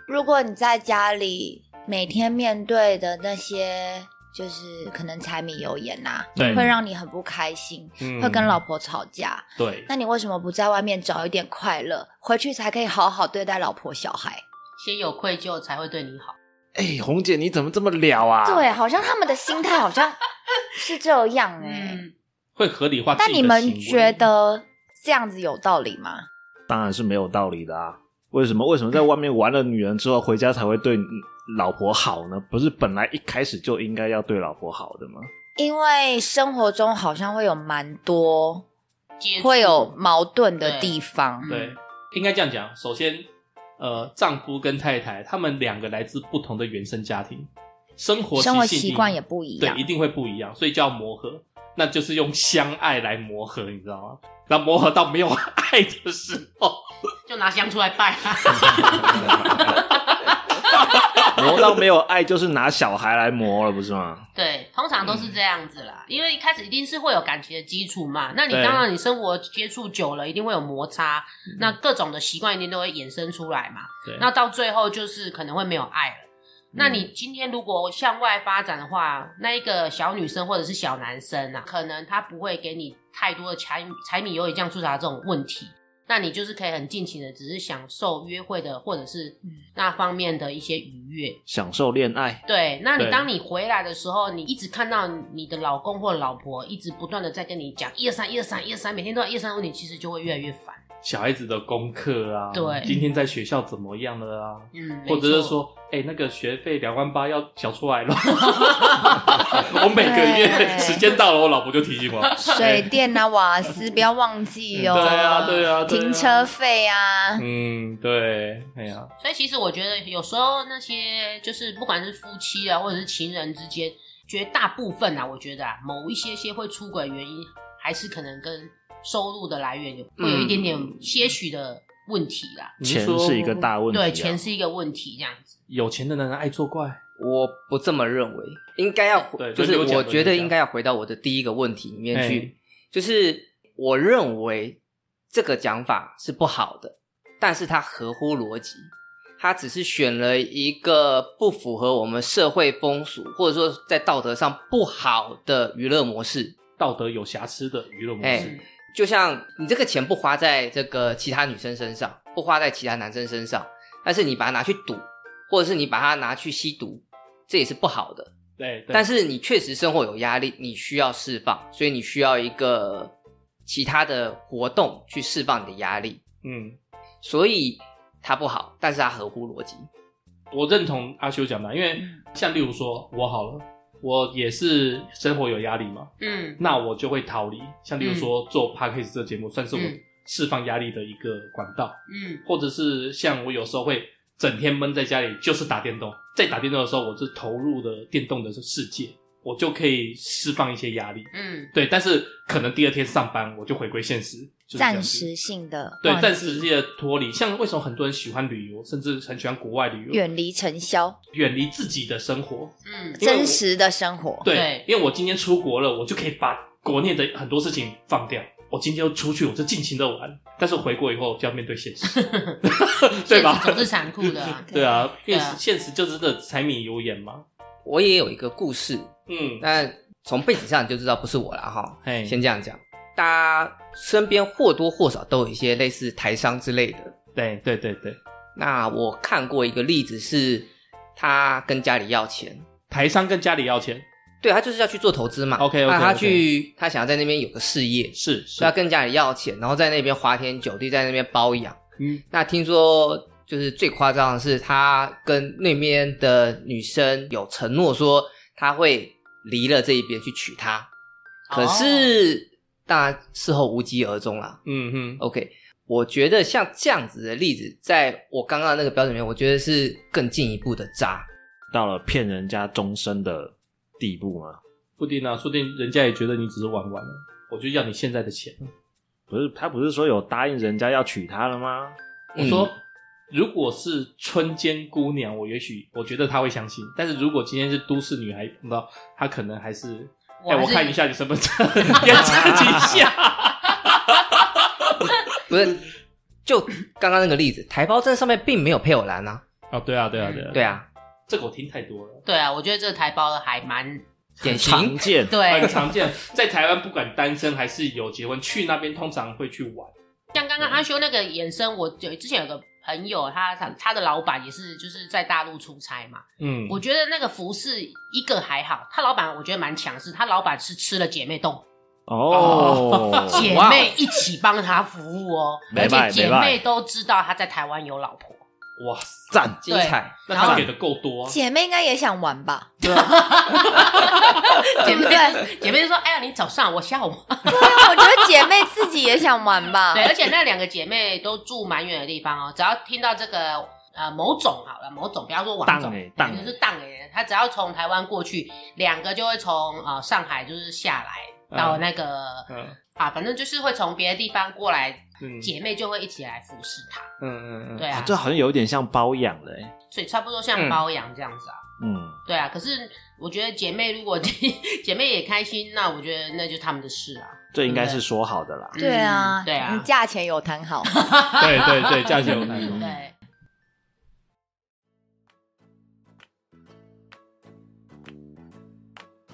S3: 如果你在家里每天面对的那些就是可能柴米油盐呐、
S4: 嗯
S5: 对
S3: 会让你很不开心，
S5: 嗯
S3: 会跟老婆吵架，
S5: 对
S3: 那你为什么不在外面找一点快乐，回去才可以好好对待老婆小孩？
S2: 先有愧疚才会对你好。
S4: 哎，红姐你怎么这么了啊？
S3: 对，好像他们的心态好像是这样哎、
S2: 嗯，
S5: 会合理化自
S3: 但
S5: 己的
S3: 你
S5: 行为。
S3: 们觉得这样子有道理吗？
S4: 当然是没有道理的啊！为什么？为什么在外面玩了女人之后，回家才会对老婆好呢？不是本来一开始就应该要对老婆好的吗？
S3: 因为生活中好像会有蛮多
S2: 接触
S3: 会有矛盾的地方，
S5: 对，应该这样讲。首先，呃，丈夫跟太太他们两个来自不同的原生家庭，生活
S3: 生活
S5: 性
S3: 习
S5: 一
S3: 惯
S5: 定
S3: 也不一
S5: 对，
S3: 样
S5: 一。定会不一样，所以叫磨合。那就是用相爱来磨合，你知道吗？那磨合到没有爱的时候，
S2: 就拿香出来拜啊。
S4: 磨到没有爱，就是拿小孩来磨了，不是吗？
S2: 对，通常都是
S5: 嗯
S2: 这样子啦，因为一开始一定是会有感情的基础嘛。那你
S5: 对嗯
S2: 当然你生活接触久了，一定会有摩擦，那各种的习惯一定都会衍生出来嘛。
S5: 对，嗯
S2: 那到最后就是可能会没有爱了。那你今天如果向外发展的话，那一个小女生或者是小男生啊，可能他不会给你太多的柴柴米油盐酱醋茶这种问题，那你就是可以很尽情的，只是享受约会的或者是
S5: 嗯
S2: 那方面的一些愉悦。
S4: 享受恋爱，
S2: 对，那你
S4: 对
S2: 当你回来的时候，你一直看到你的老公或老婆一直不断的在跟你讲一二三一二三一二三，每天都要一二三问你，其实就会越来越烦。
S5: 小孩子的功课啊，
S2: 对
S5: 今天在学校怎么样了啊？
S2: 嗯，
S5: 或者
S2: 没
S5: 是
S2: 错，
S5: 说，哎、那个学费两万八要缴 出来了， 我每个月
S7: 对
S5: 时间到了，我老婆就提醒我，哎
S7: 水电啊、瓦斯，不要忘记哦。
S5: 对啊，对啊，对啊
S7: 停车，费啊，
S5: 嗯，对，哎呀、
S2: 所以其实我觉得有时候那些就是不管是夫妻啊，或者是情人之间，绝大部分啊，我觉得啊，某一些些会出轨的原因，还是可能跟收入的来源有会有一点
S5: 嗯
S2: 点些许的问题啦。
S5: 你
S4: 钱
S5: 说
S4: 是一个大问题、啊。
S2: 对，钱是一个问题，这样子。
S5: 有钱的男人爱作怪，
S1: 我不这么认为，应该要回
S5: 对
S1: 就
S5: 轮
S1: 是
S5: 流讲
S1: 我觉
S5: 轮流
S1: 得
S5: 讲
S1: 应该要回到我的第一个问题里面
S5: 哎
S1: 去，就是我认为这个讲法是不好的，但是它合乎逻辑，它只是选了一个不符合我们社会风俗或者说在道德上不好的娱乐模式。
S5: 道德有瑕疵的娱乐模式
S1: 哎，就像你这个钱不花在这个其他女生身上，不花在其他男生身上，但是你把它拿去赌，或者是你把它拿去吸毒，这也是不好的。
S5: 对，对
S1: 但是你确实生活有压力，你需要释放，所以你需要一个其他的活动去释放你的压力，
S5: 嗯，
S1: 所以它不好，但是它合乎逻辑。
S5: 我认同阿修讲的，因为
S7: 嗯
S5: 像例如说我好了，我也是生活有压力嘛，
S2: 嗯，
S5: 那我就会逃离。像例如
S7: 嗯
S5: 说做 podcast 这节目，算是我
S2: 嗯
S5: 释放压力的一个管道，
S2: 嗯
S5: 或者是像我有时候会整天闷在家里，就是打电动。在打电动的时候，我就投入了电动的世界，我就可以释放一些压力。
S2: 嗯，
S5: 对，但是可能第二天上班，我就回归现实，就是这样
S7: 暂
S5: 子
S7: 时性的嗯
S5: 对
S7: 忘记
S5: 暂时性的脱离。像为什么很多人喜欢旅游，甚至很喜欢国外旅游，
S7: 远离尘嚣，
S5: 远离自己的生活，
S2: 嗯，
S5: 因为我
S7: 真实的生活。
S5: 对，
S2: 对
S5: 因为我今天出国了，我就可以把国内的很多事情放掉。我今天要出去，我就尽情的玩，但是回国以后就要面对 现实，对吧
S2: 现实总是残酷的 啊
S5: 对啊，
S2: 对
S5: 因为
S2: 啊
S5: 现实就真的柴米油盐嘛。
S1: 我也有一个故事，
S5: 嗯，
S1: 那从背景上你就知道不是我了哈。
S5: 嘿
S1: 先这样讲，大家身边或多或少都有一些类似台商之类的。
S2: 啊
S5: 对对对对，
S1: 那我看过一个例子是，他跟家里要钱，
S5: 台商跟家里要钱，
S1: 对他就是要去做投资嘛。
S5: OK，OK，OK
S1: 那他去他想要在那边有个事业，
S5: 是是
S1: 所以
S2: 啊
S1: 他，跟家里要钱，然后在那边花天酒地，在那边包养。
S5: 嗯，
S1: 那听说就是最夸张的是，他跟那边的女生有承诺说他会离了这一边去娶她，可是、当然事后无疾而终啦。
S5: 嗯嗯，
S1: OK，我觉得像这样子的例子，在我刚刚那个标准里面，我觉得是更进一步的渣。
S4: 到了骗人家终身的地步吗？
S5: 不定啊，说不定人家也觉得你只是玩玩了，我就要你现在的钱。
S4: 不是，他不是说有答应人家要娶她了吗？
S5: 我说，
S1: 嗯
S5: 如果是春间姑娘，我也许我觉得她会相信，但是如果今天是都市女孩碰到，她可能还是，哎、
S2: 还
S5: 我
S2: 是
S5: 看一下你身份证，验证一下。
S1: 不是，就刚刚那个例子，台胞证上面并没有配偶栏啊。
S5: 哦，对啊，对啊，对啊，
S1: 对，啊，
S5: 这个我听太多了，
S2: 对啊，我觉得这个台胞还蛮
S1: 典
S4: 常
S1: 型。
S4: 见，
S2: 对
S5: 很，常见，在台湾不管单身还是有结婚，去那边通常会去玩。
S2: 像刚刚阿修那个衍生，我有之前有个朋友，他
S4: 嗯
S2: 他他的老板也是就是在大陆出差嘛，
S5: 嗯
S2: 我觉得那个服饰一个还好，他老板我觉得蛮强势，他老板是吃了姐妹冻，
S4: 哦，
S2: 姐
S1: 哇
S2: 妹一起帮他服务哦，
S4: 没
S2: 而
S4: 卖
S2: 且姐
S4: 没卖
S2: 妹都知道他在台湾有老 婆，
S5: 哇塞，
S1: 赞，精彩。
S5: 那
S2: 然后
S5: 他给的够多、啊，
S7: 姐妹应该也想玩吧？
S2: 姐妹
S7: 对对
S2: 姐妹就说：“哎呀，你早上，我下午。
S7: 啊，我觉得姐妹自己也想玩”吧
S2: 对，。而且那两个姐妹都住蛮远的地方哦，只要听到这个呃某种好了，某种不要说王
S4: 当
S2: 总，
S4: 哎当
S2: 就
S4: 哎
S2: 是当人，他只要从台湾过去，两个就会从呃上海就是下来到那个、
S5: 嗯
S2: 啊，反正就是会从别的地方过来，
S5: 嗯
S2: 姐妹就会一起来服侍他。
S5: 嗯嗯嗯，
S2: 对啊，
S4: 这好像有一点像包养了、欸，
S2: 所以差不多像
S1: 嗯
S2: 包养这样子啊。
S4: 嗯，
S2: 对啊，可是我觉得姐妹如果 姐妹也开心，那我觉得那就他们的事啊。
S4: 这应该是说好的啦。
S7: 对啊
S2: 嗯，对啊
S7: 你价钱有谈好。
S5: 对对对，价钱有太多。
S2: 对，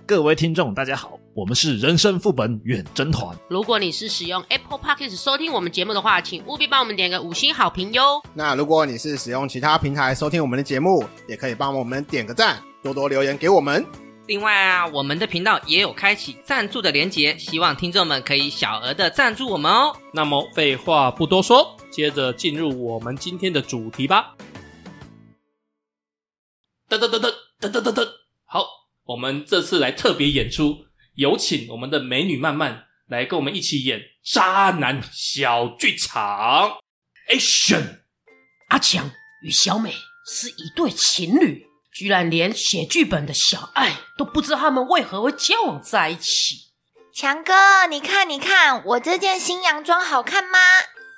S4: 各位听众，大家好，我们是人生副本远征团。
S2: 如果你是使用 Apple Podcast 收听我们节目的话，请务必帮我们点个五星好评哟。
S8: 那如果你是使用其他平台收听我们的节目，也可以帮我们点个赞，多多留言给我们。
S1: 另外啊，我们的频道也有开启赞助的连结，希望听众们可以小额的赞助我们哦。
S5: 那么废话不多说，接着进入我们今天的主题吧。噔噔噔噔噔噔噔噔，好，我们这次来特别演出，有请我们的美女曼曼来跟我们一起演渣男小剧场。Action！
S2: 阿强与小美是一对情侣，居然连写剧本的小爱都不知道他们为何会交往在一起。
S3: 强哥，你看，你看，我这件新洋装好看吗？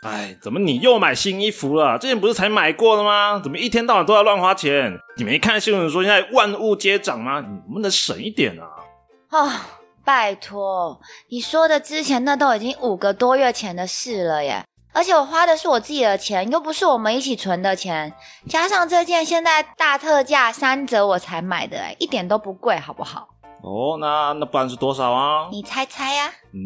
S4: 哎，怎么你又买新衣服了？之前不是才买过了吗？怎么一天到晚都要乱花钱？你没看新闻说现在万物皆涨吗？你能不能省一点啊？
S3: 哦，拜托，你说的之前那都已经五个多月前的事了耶。而且我花的是我自己的钱，又不是我们一起存的钱，加上这件现在大特价三折我才买的，哎，一点都不贵，好不好？
S4: 哦，那那不然是多少啊？
S3: 你猜猜呀、
S4: 嗯，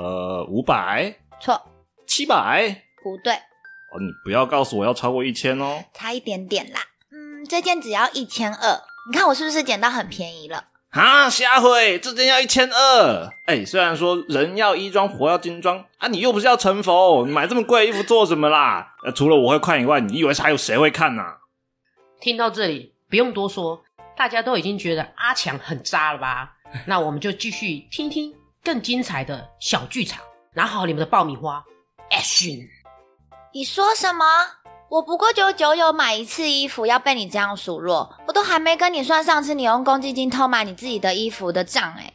S4: 呃，五百、
S3: 错，
S4: 七百。
S3: 不对，
S4: 哦，你不要告诉我要超过一千哦。
S3: 差一点点啦。嗯，这件只要一千二，你看我是不是捡到很便宜了？
S4: 啊，瞎毁！这件要一千二。哎，虽然说人要衣装，佛要金装啊，你又不是要成佛，你买这么贵的衣服做什么啦？呃，除了我会看以外，你以为是还有谁会看呐、啊
S2: 听到这里，不用多说，大家都已经觉得阿强很渣了 吧？那我们就继续听听更精彩的小剧场，拿好你们的爆米花，action！
S3: 你说什么？我不过九九有买一次衣服，要被你这样数落，我都还没跟你算上次你用公积金偷买你自己的衣服的账哎、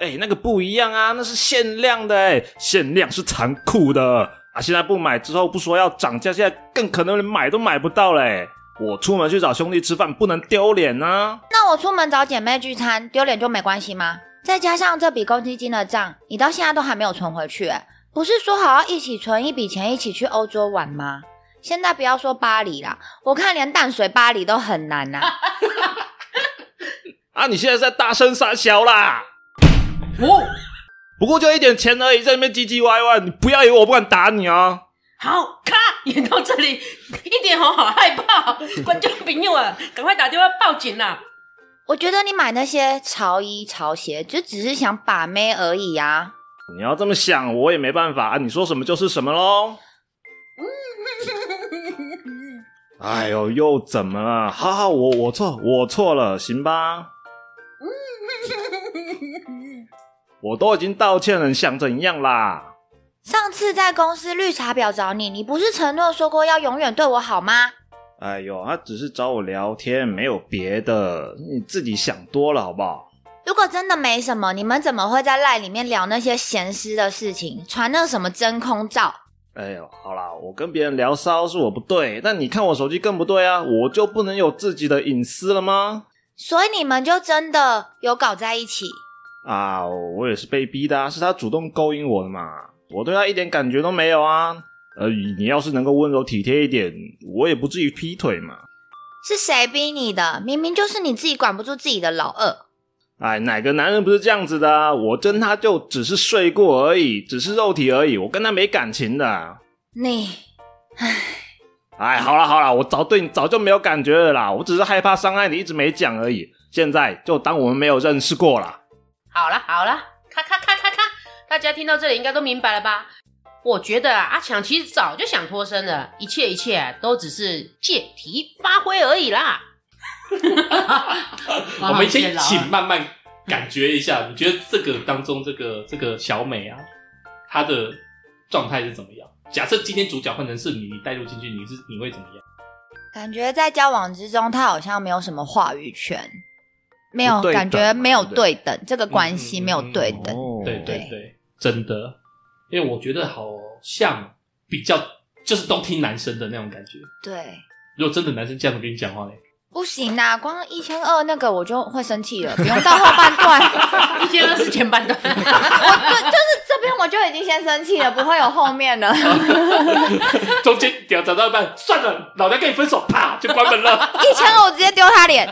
S4: 哎、那个不一样啊，那是限量的、哎，限量是残酷的啊！现在不买之后不说要涨价，现在更可能连买都买不到嘞、我出门去找兄弟吃饭，不能丢脸啊！
S3: 那我出门找姐妹聚餐，丢脸就没关系吗？再加上这笔公积金的账，你到现在都还没有存回去、欸，不是说好要一起存一笔钱，一起去欧洲玩吗？现在不要说巴黎啦，我看连淡水巴黎都很难呐、
S4: 啊，你现在是在大声撒小啦！
S2: 哦，
S4: 不过就一点钱而已，在那边唧唧歪歪，你不要以为我不敢打你啊！
S2: 好，咔，演到这里，一点红好害 怕，观众朋友啊，赶快打电话报警啊啦！
S3: 我觉得你买那些潮衣潮鞋，就只是想把妹而已啊。
S4: 你要这么想，我也没办法啊！你说什么就是什么喽。哎呦，又怎么了？好好，我我错，我错了，行吧？我都已经道歉了，你想怎样啦？
S3: 上次在公司绿茶婊找你，你不是承诺说过要永远对我好吗？
S4: 哎呦，他只是找我聊天，没有别的，你自己想多了好不好？
S3: 如果真的没什么，你们怎么会在赖里面聊那些闲私的事情，传那什么真空照？
S4: 哎呦，好啦，我跟别人聊骚是我不对，但你看我手机更不对啊，我就不能有自己的隐私了吗？
S3: 所以你们就真的有搞在一起？
S4: 啊，我也是被逼的、啊，是他主动勾引我的嘛，我对他一点感觉都没有啊。呃，你要是能够温柔体贴一点，我也不至于劈腿嘛。
S3: 是谁逼你的？明明就是你自己管不住自己的老二。
S4: 哎，哪个男人不是这样子的、啊？我跟他就只是睡过而已，只是肉体而已，我跟他没感情的啊。
S3: 你
S4: 哎，好啦好啦，我早对你早就没有感觉了啦，我只是害怕伤害你，一直没讲而已。现在就当我们没有认识过啦。
S2: 好了好了，咔咔咔咔咔，大家听到这里应该都明白了吧？我觉得啊，阿强其实早就想脱身了，一切一切啊都只是借题发挥而已 啦。
S5: 我们先请慢慢感觉一下，你觉得这个当中这个这个小美啊，她的状态是怎么样？假设今天主角换成是你，你带入进去，你是你会怎么样？
S3: 感觉在交往之中，他好像没有什么话语权，没有
S4: 不对等
S3: 感觉没有
S4: 对不对
S3: 对等，这个关系
S5: 嗯嗯
S3: 没有对
S5: 嗯
S3: 等。
S4: 哦
S5: 对对对，真的，因为我觉得好像比较就是都听男生的那种感觉。
S3: 对，
S5: 如果真的男生这样子跟你讲话嘞，
S3: 不行啊，光一千二那个我就 会生气了，不用到后半段。
S2: 一千二是前半段，
S3: 对，就是这边我
S7: 就已经先生气了，不会有后面 的。
S5: 中间屌找到一半，算了，老娘跟你分手，啪就关门了。
S7: 一千二我直接丢他脸。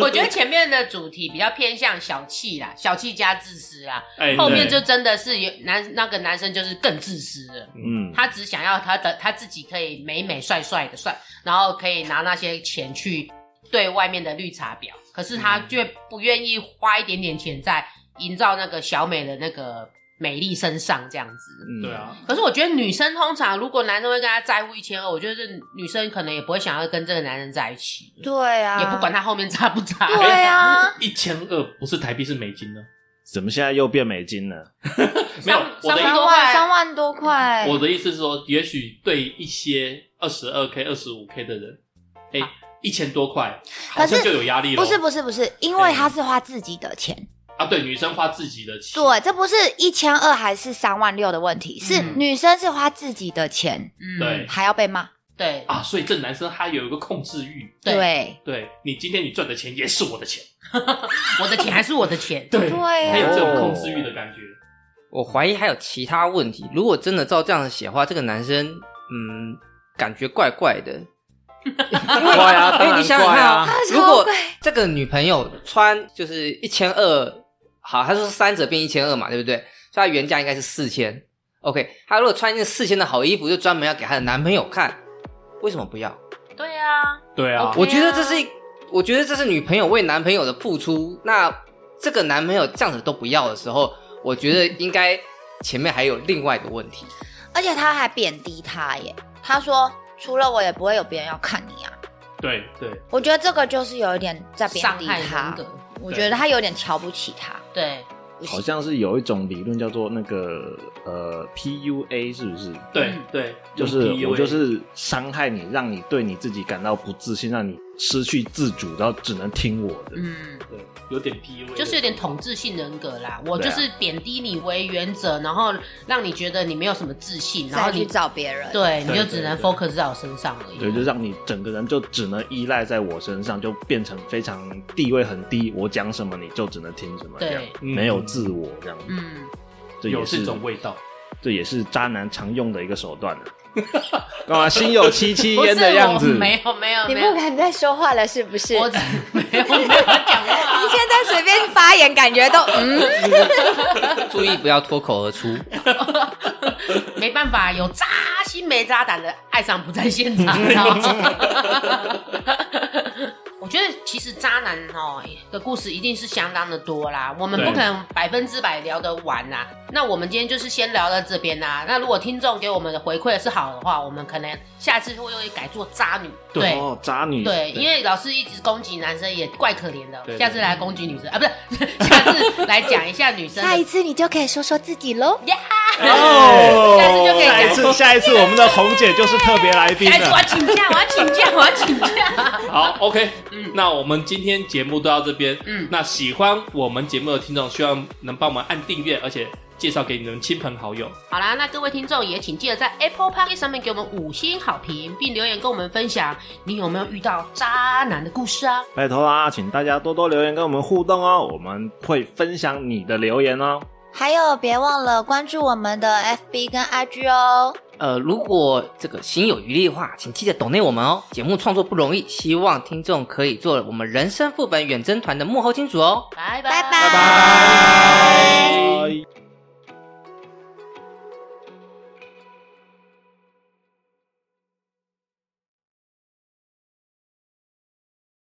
S2: 我觉得前面的主题比较偏向小气啦，小气加自私啦，
S5: 哎，
S2: 后面
S5: 对
S2: 就真的是有男那个男生就是更自私了。
S4: 嗯，
S2: 他只想要他的他自己可以美美帅帅的帅，然后可以拿那些钱去对外面的绿茶婊，可是他却不愿意花一点点钱在营造那个小美的那个美丽身上这样子。
S4: 嗯
S5: 对，啊，
S2: 可是我觉得女生通常，如果男生会跟她在乎一千二，我觉得这女生可能也不会想要跟这个男人在一起，
S7: 对啊，
S2: 也不管。他后面渣不渣。
S7: 对啊，
S5: 哎一千二不是台币是美金呢。
S4: 怎么现在又变美金了？
S5: 没有，我
S2: 上
S5: 的意
S7: 三
S2: 多
S7: 万
S2: 块
S7: 三万多块，
S5: 我的意思是说，也许对一些二十二 k、二十五 k 的人，哎、一千多块，好
S7: 可是
S5: 像就有压力了。
S7: 不是不是不是，因为他是花自己的钱，
S5: 啊，对，女生花自己的钱，
S7: 对，这不是一千二还是三万六的问题，是
S2: 嗯
S7: 女生是花自己的钱，
S2: 嗯
S5: 对
S7: 还要被骂，
S2: 对
S5: 啊，所以这男生他有一个控制欲，
S2: 对
S7: 对
S5: 对你今天你赚的钱也是我的钱，
S2: 我的钱还是我的钱。
S5: 对啊
S2: 啊
S7: 对啊
S5: 他有这种
S4: 哦
S5: 控制欲的感觉。
S1: 我怀疑还有其他问题。如果真的照这样写的话，这个男生，嗯，感觉怪怪 的。因
S4: 怪啊，当
S1: 为
S4: 然
S1: 你想想
S4: 怪
S1: 看
S4: 啊
S1: 啊，，如果这个女朋友穿就是一千二，好，她说三折变一千二嘛，对不对？所以她原价应该是四千。OK，她如果穿一件四千的好衣服，就专门要给她的男朋友看，为什么不要？
S2: 对啊，
S5: 对啊，
S1: 我觉得这是一，我觉得这是女朋友为男朋友的付出。那这个男朋友这样子都不要的时候，我觉得应该前面还有另外的问题。
S7: 而且他还贬低他耶，他说除了我也不会有别人要看你啊，
S5: 对对，
S7: 我觉得这个就是有一点在贬
S2: 伤
S7: 低
S2: 害人
S7: 他，
S2: 格。
S7: 我觉得他有点瞧不起他，
S2: 对，
S4: 好像是有一种理论叫做那个呃 PUA，是不是？
S5: 对
S2: 嗯
S5: 对，
S4: 就是
S5: 用 PUA
S4: 我就是伤害你，让你对你自己感到不自信，让你失去自主，然后只能听我的。
S2: 嗯，
S5: 对，有点 PUA，
S2: 就是有点统治性人格啦。我
S4: 啊
S2: 就是贬低你为原则，然后让你觉得你没有什么自信，然后
S7: 再去
S2: 你
S7: 找别人，
S2: 对，你
S5: 对
S2: 就只能
S5: 对
S2: focus 在我身上而
S4: 对，
S2: 已。
S4: 就让你整个人就只能依赖在我身上，就变成非常地位很低，我讲什么你就只能听什么，这样
S2: 对，
S5: 嗯
S4: 没有自我这样。
S2: 嗯，
S4: 这
S5: 有
S4: 也是
S5: 这种味道。
S4: 这也是渣男常用的一个手段 了。干嘛心有戚戚
S2: 不
S4: 焉
S2: 是
S4: 的样
S2: 我
S4: 子？
S2: 没有没有
S7: 你
S2: 没有
S7: 不，敢再说话了是不是？
S2: 我只 没有没有讲
S7: 你
S2: 话。
S7: 现在随便发言，感觉 都嗯，
S1: 注意不要脱口而出。
S2: 没办法，有渣心没渣胆的，爱上不在现场。你知道吗 我觉得其实渣男哦的故事一定是相当的多啦，我们
S5: 对
S2: 不可能百分之百聊得完啦。那我们今天就是先聊到这边啦。那如果听众给我们的回馈是好的话，我们可能下次会又改做渣女。对
S4: 哦，渣女。
S2: 对，因为老师一直攻击男生也怪可怜的，
S5: 对
S2: 下次来攻击女生啊，不是， 下次来讲一下女生的。
S5: 哦
S7: 下一次你就可以说说自己喽。
S4: 哦，
S2: 下次就可以
S4: 下一
S2: 讲
S4: 次，下一次我们的红姐就是特别来宾
S2: 下一次我
S4: 了
S2: 要。请假，我要请假，我要请假。
S5: 好，OK，
S2: 嗯
S5: 那我们今天节目都到这边。
S2: 嗯
S5: 那喜欢我们节目的听众，希望能帮我们按订阅，而且介绍给你们亲朋好友。
S2: 好啦，那各位听众也请记得在 Apple Park 上面给我们五星好评，并留言跟我们分享你有没有遇到渣男的故事啊。
S4: 拜托啦，请大家多多留言跟我们互动哦，我们会分享你的留言哦。
S7: 还有，别忘了关注我们的 FB 跟 IG 哦。
S1: 呃，如果这个心有余力的话，请记得抖内我们哦。节目创作不容易，希望听众可以做我们人生副本远征团的幕后金主哦。
S2: 拜
S7: 拜
S2: 拜
S7: 拜。
S5: 拜
S2: 哎
S4: 拜。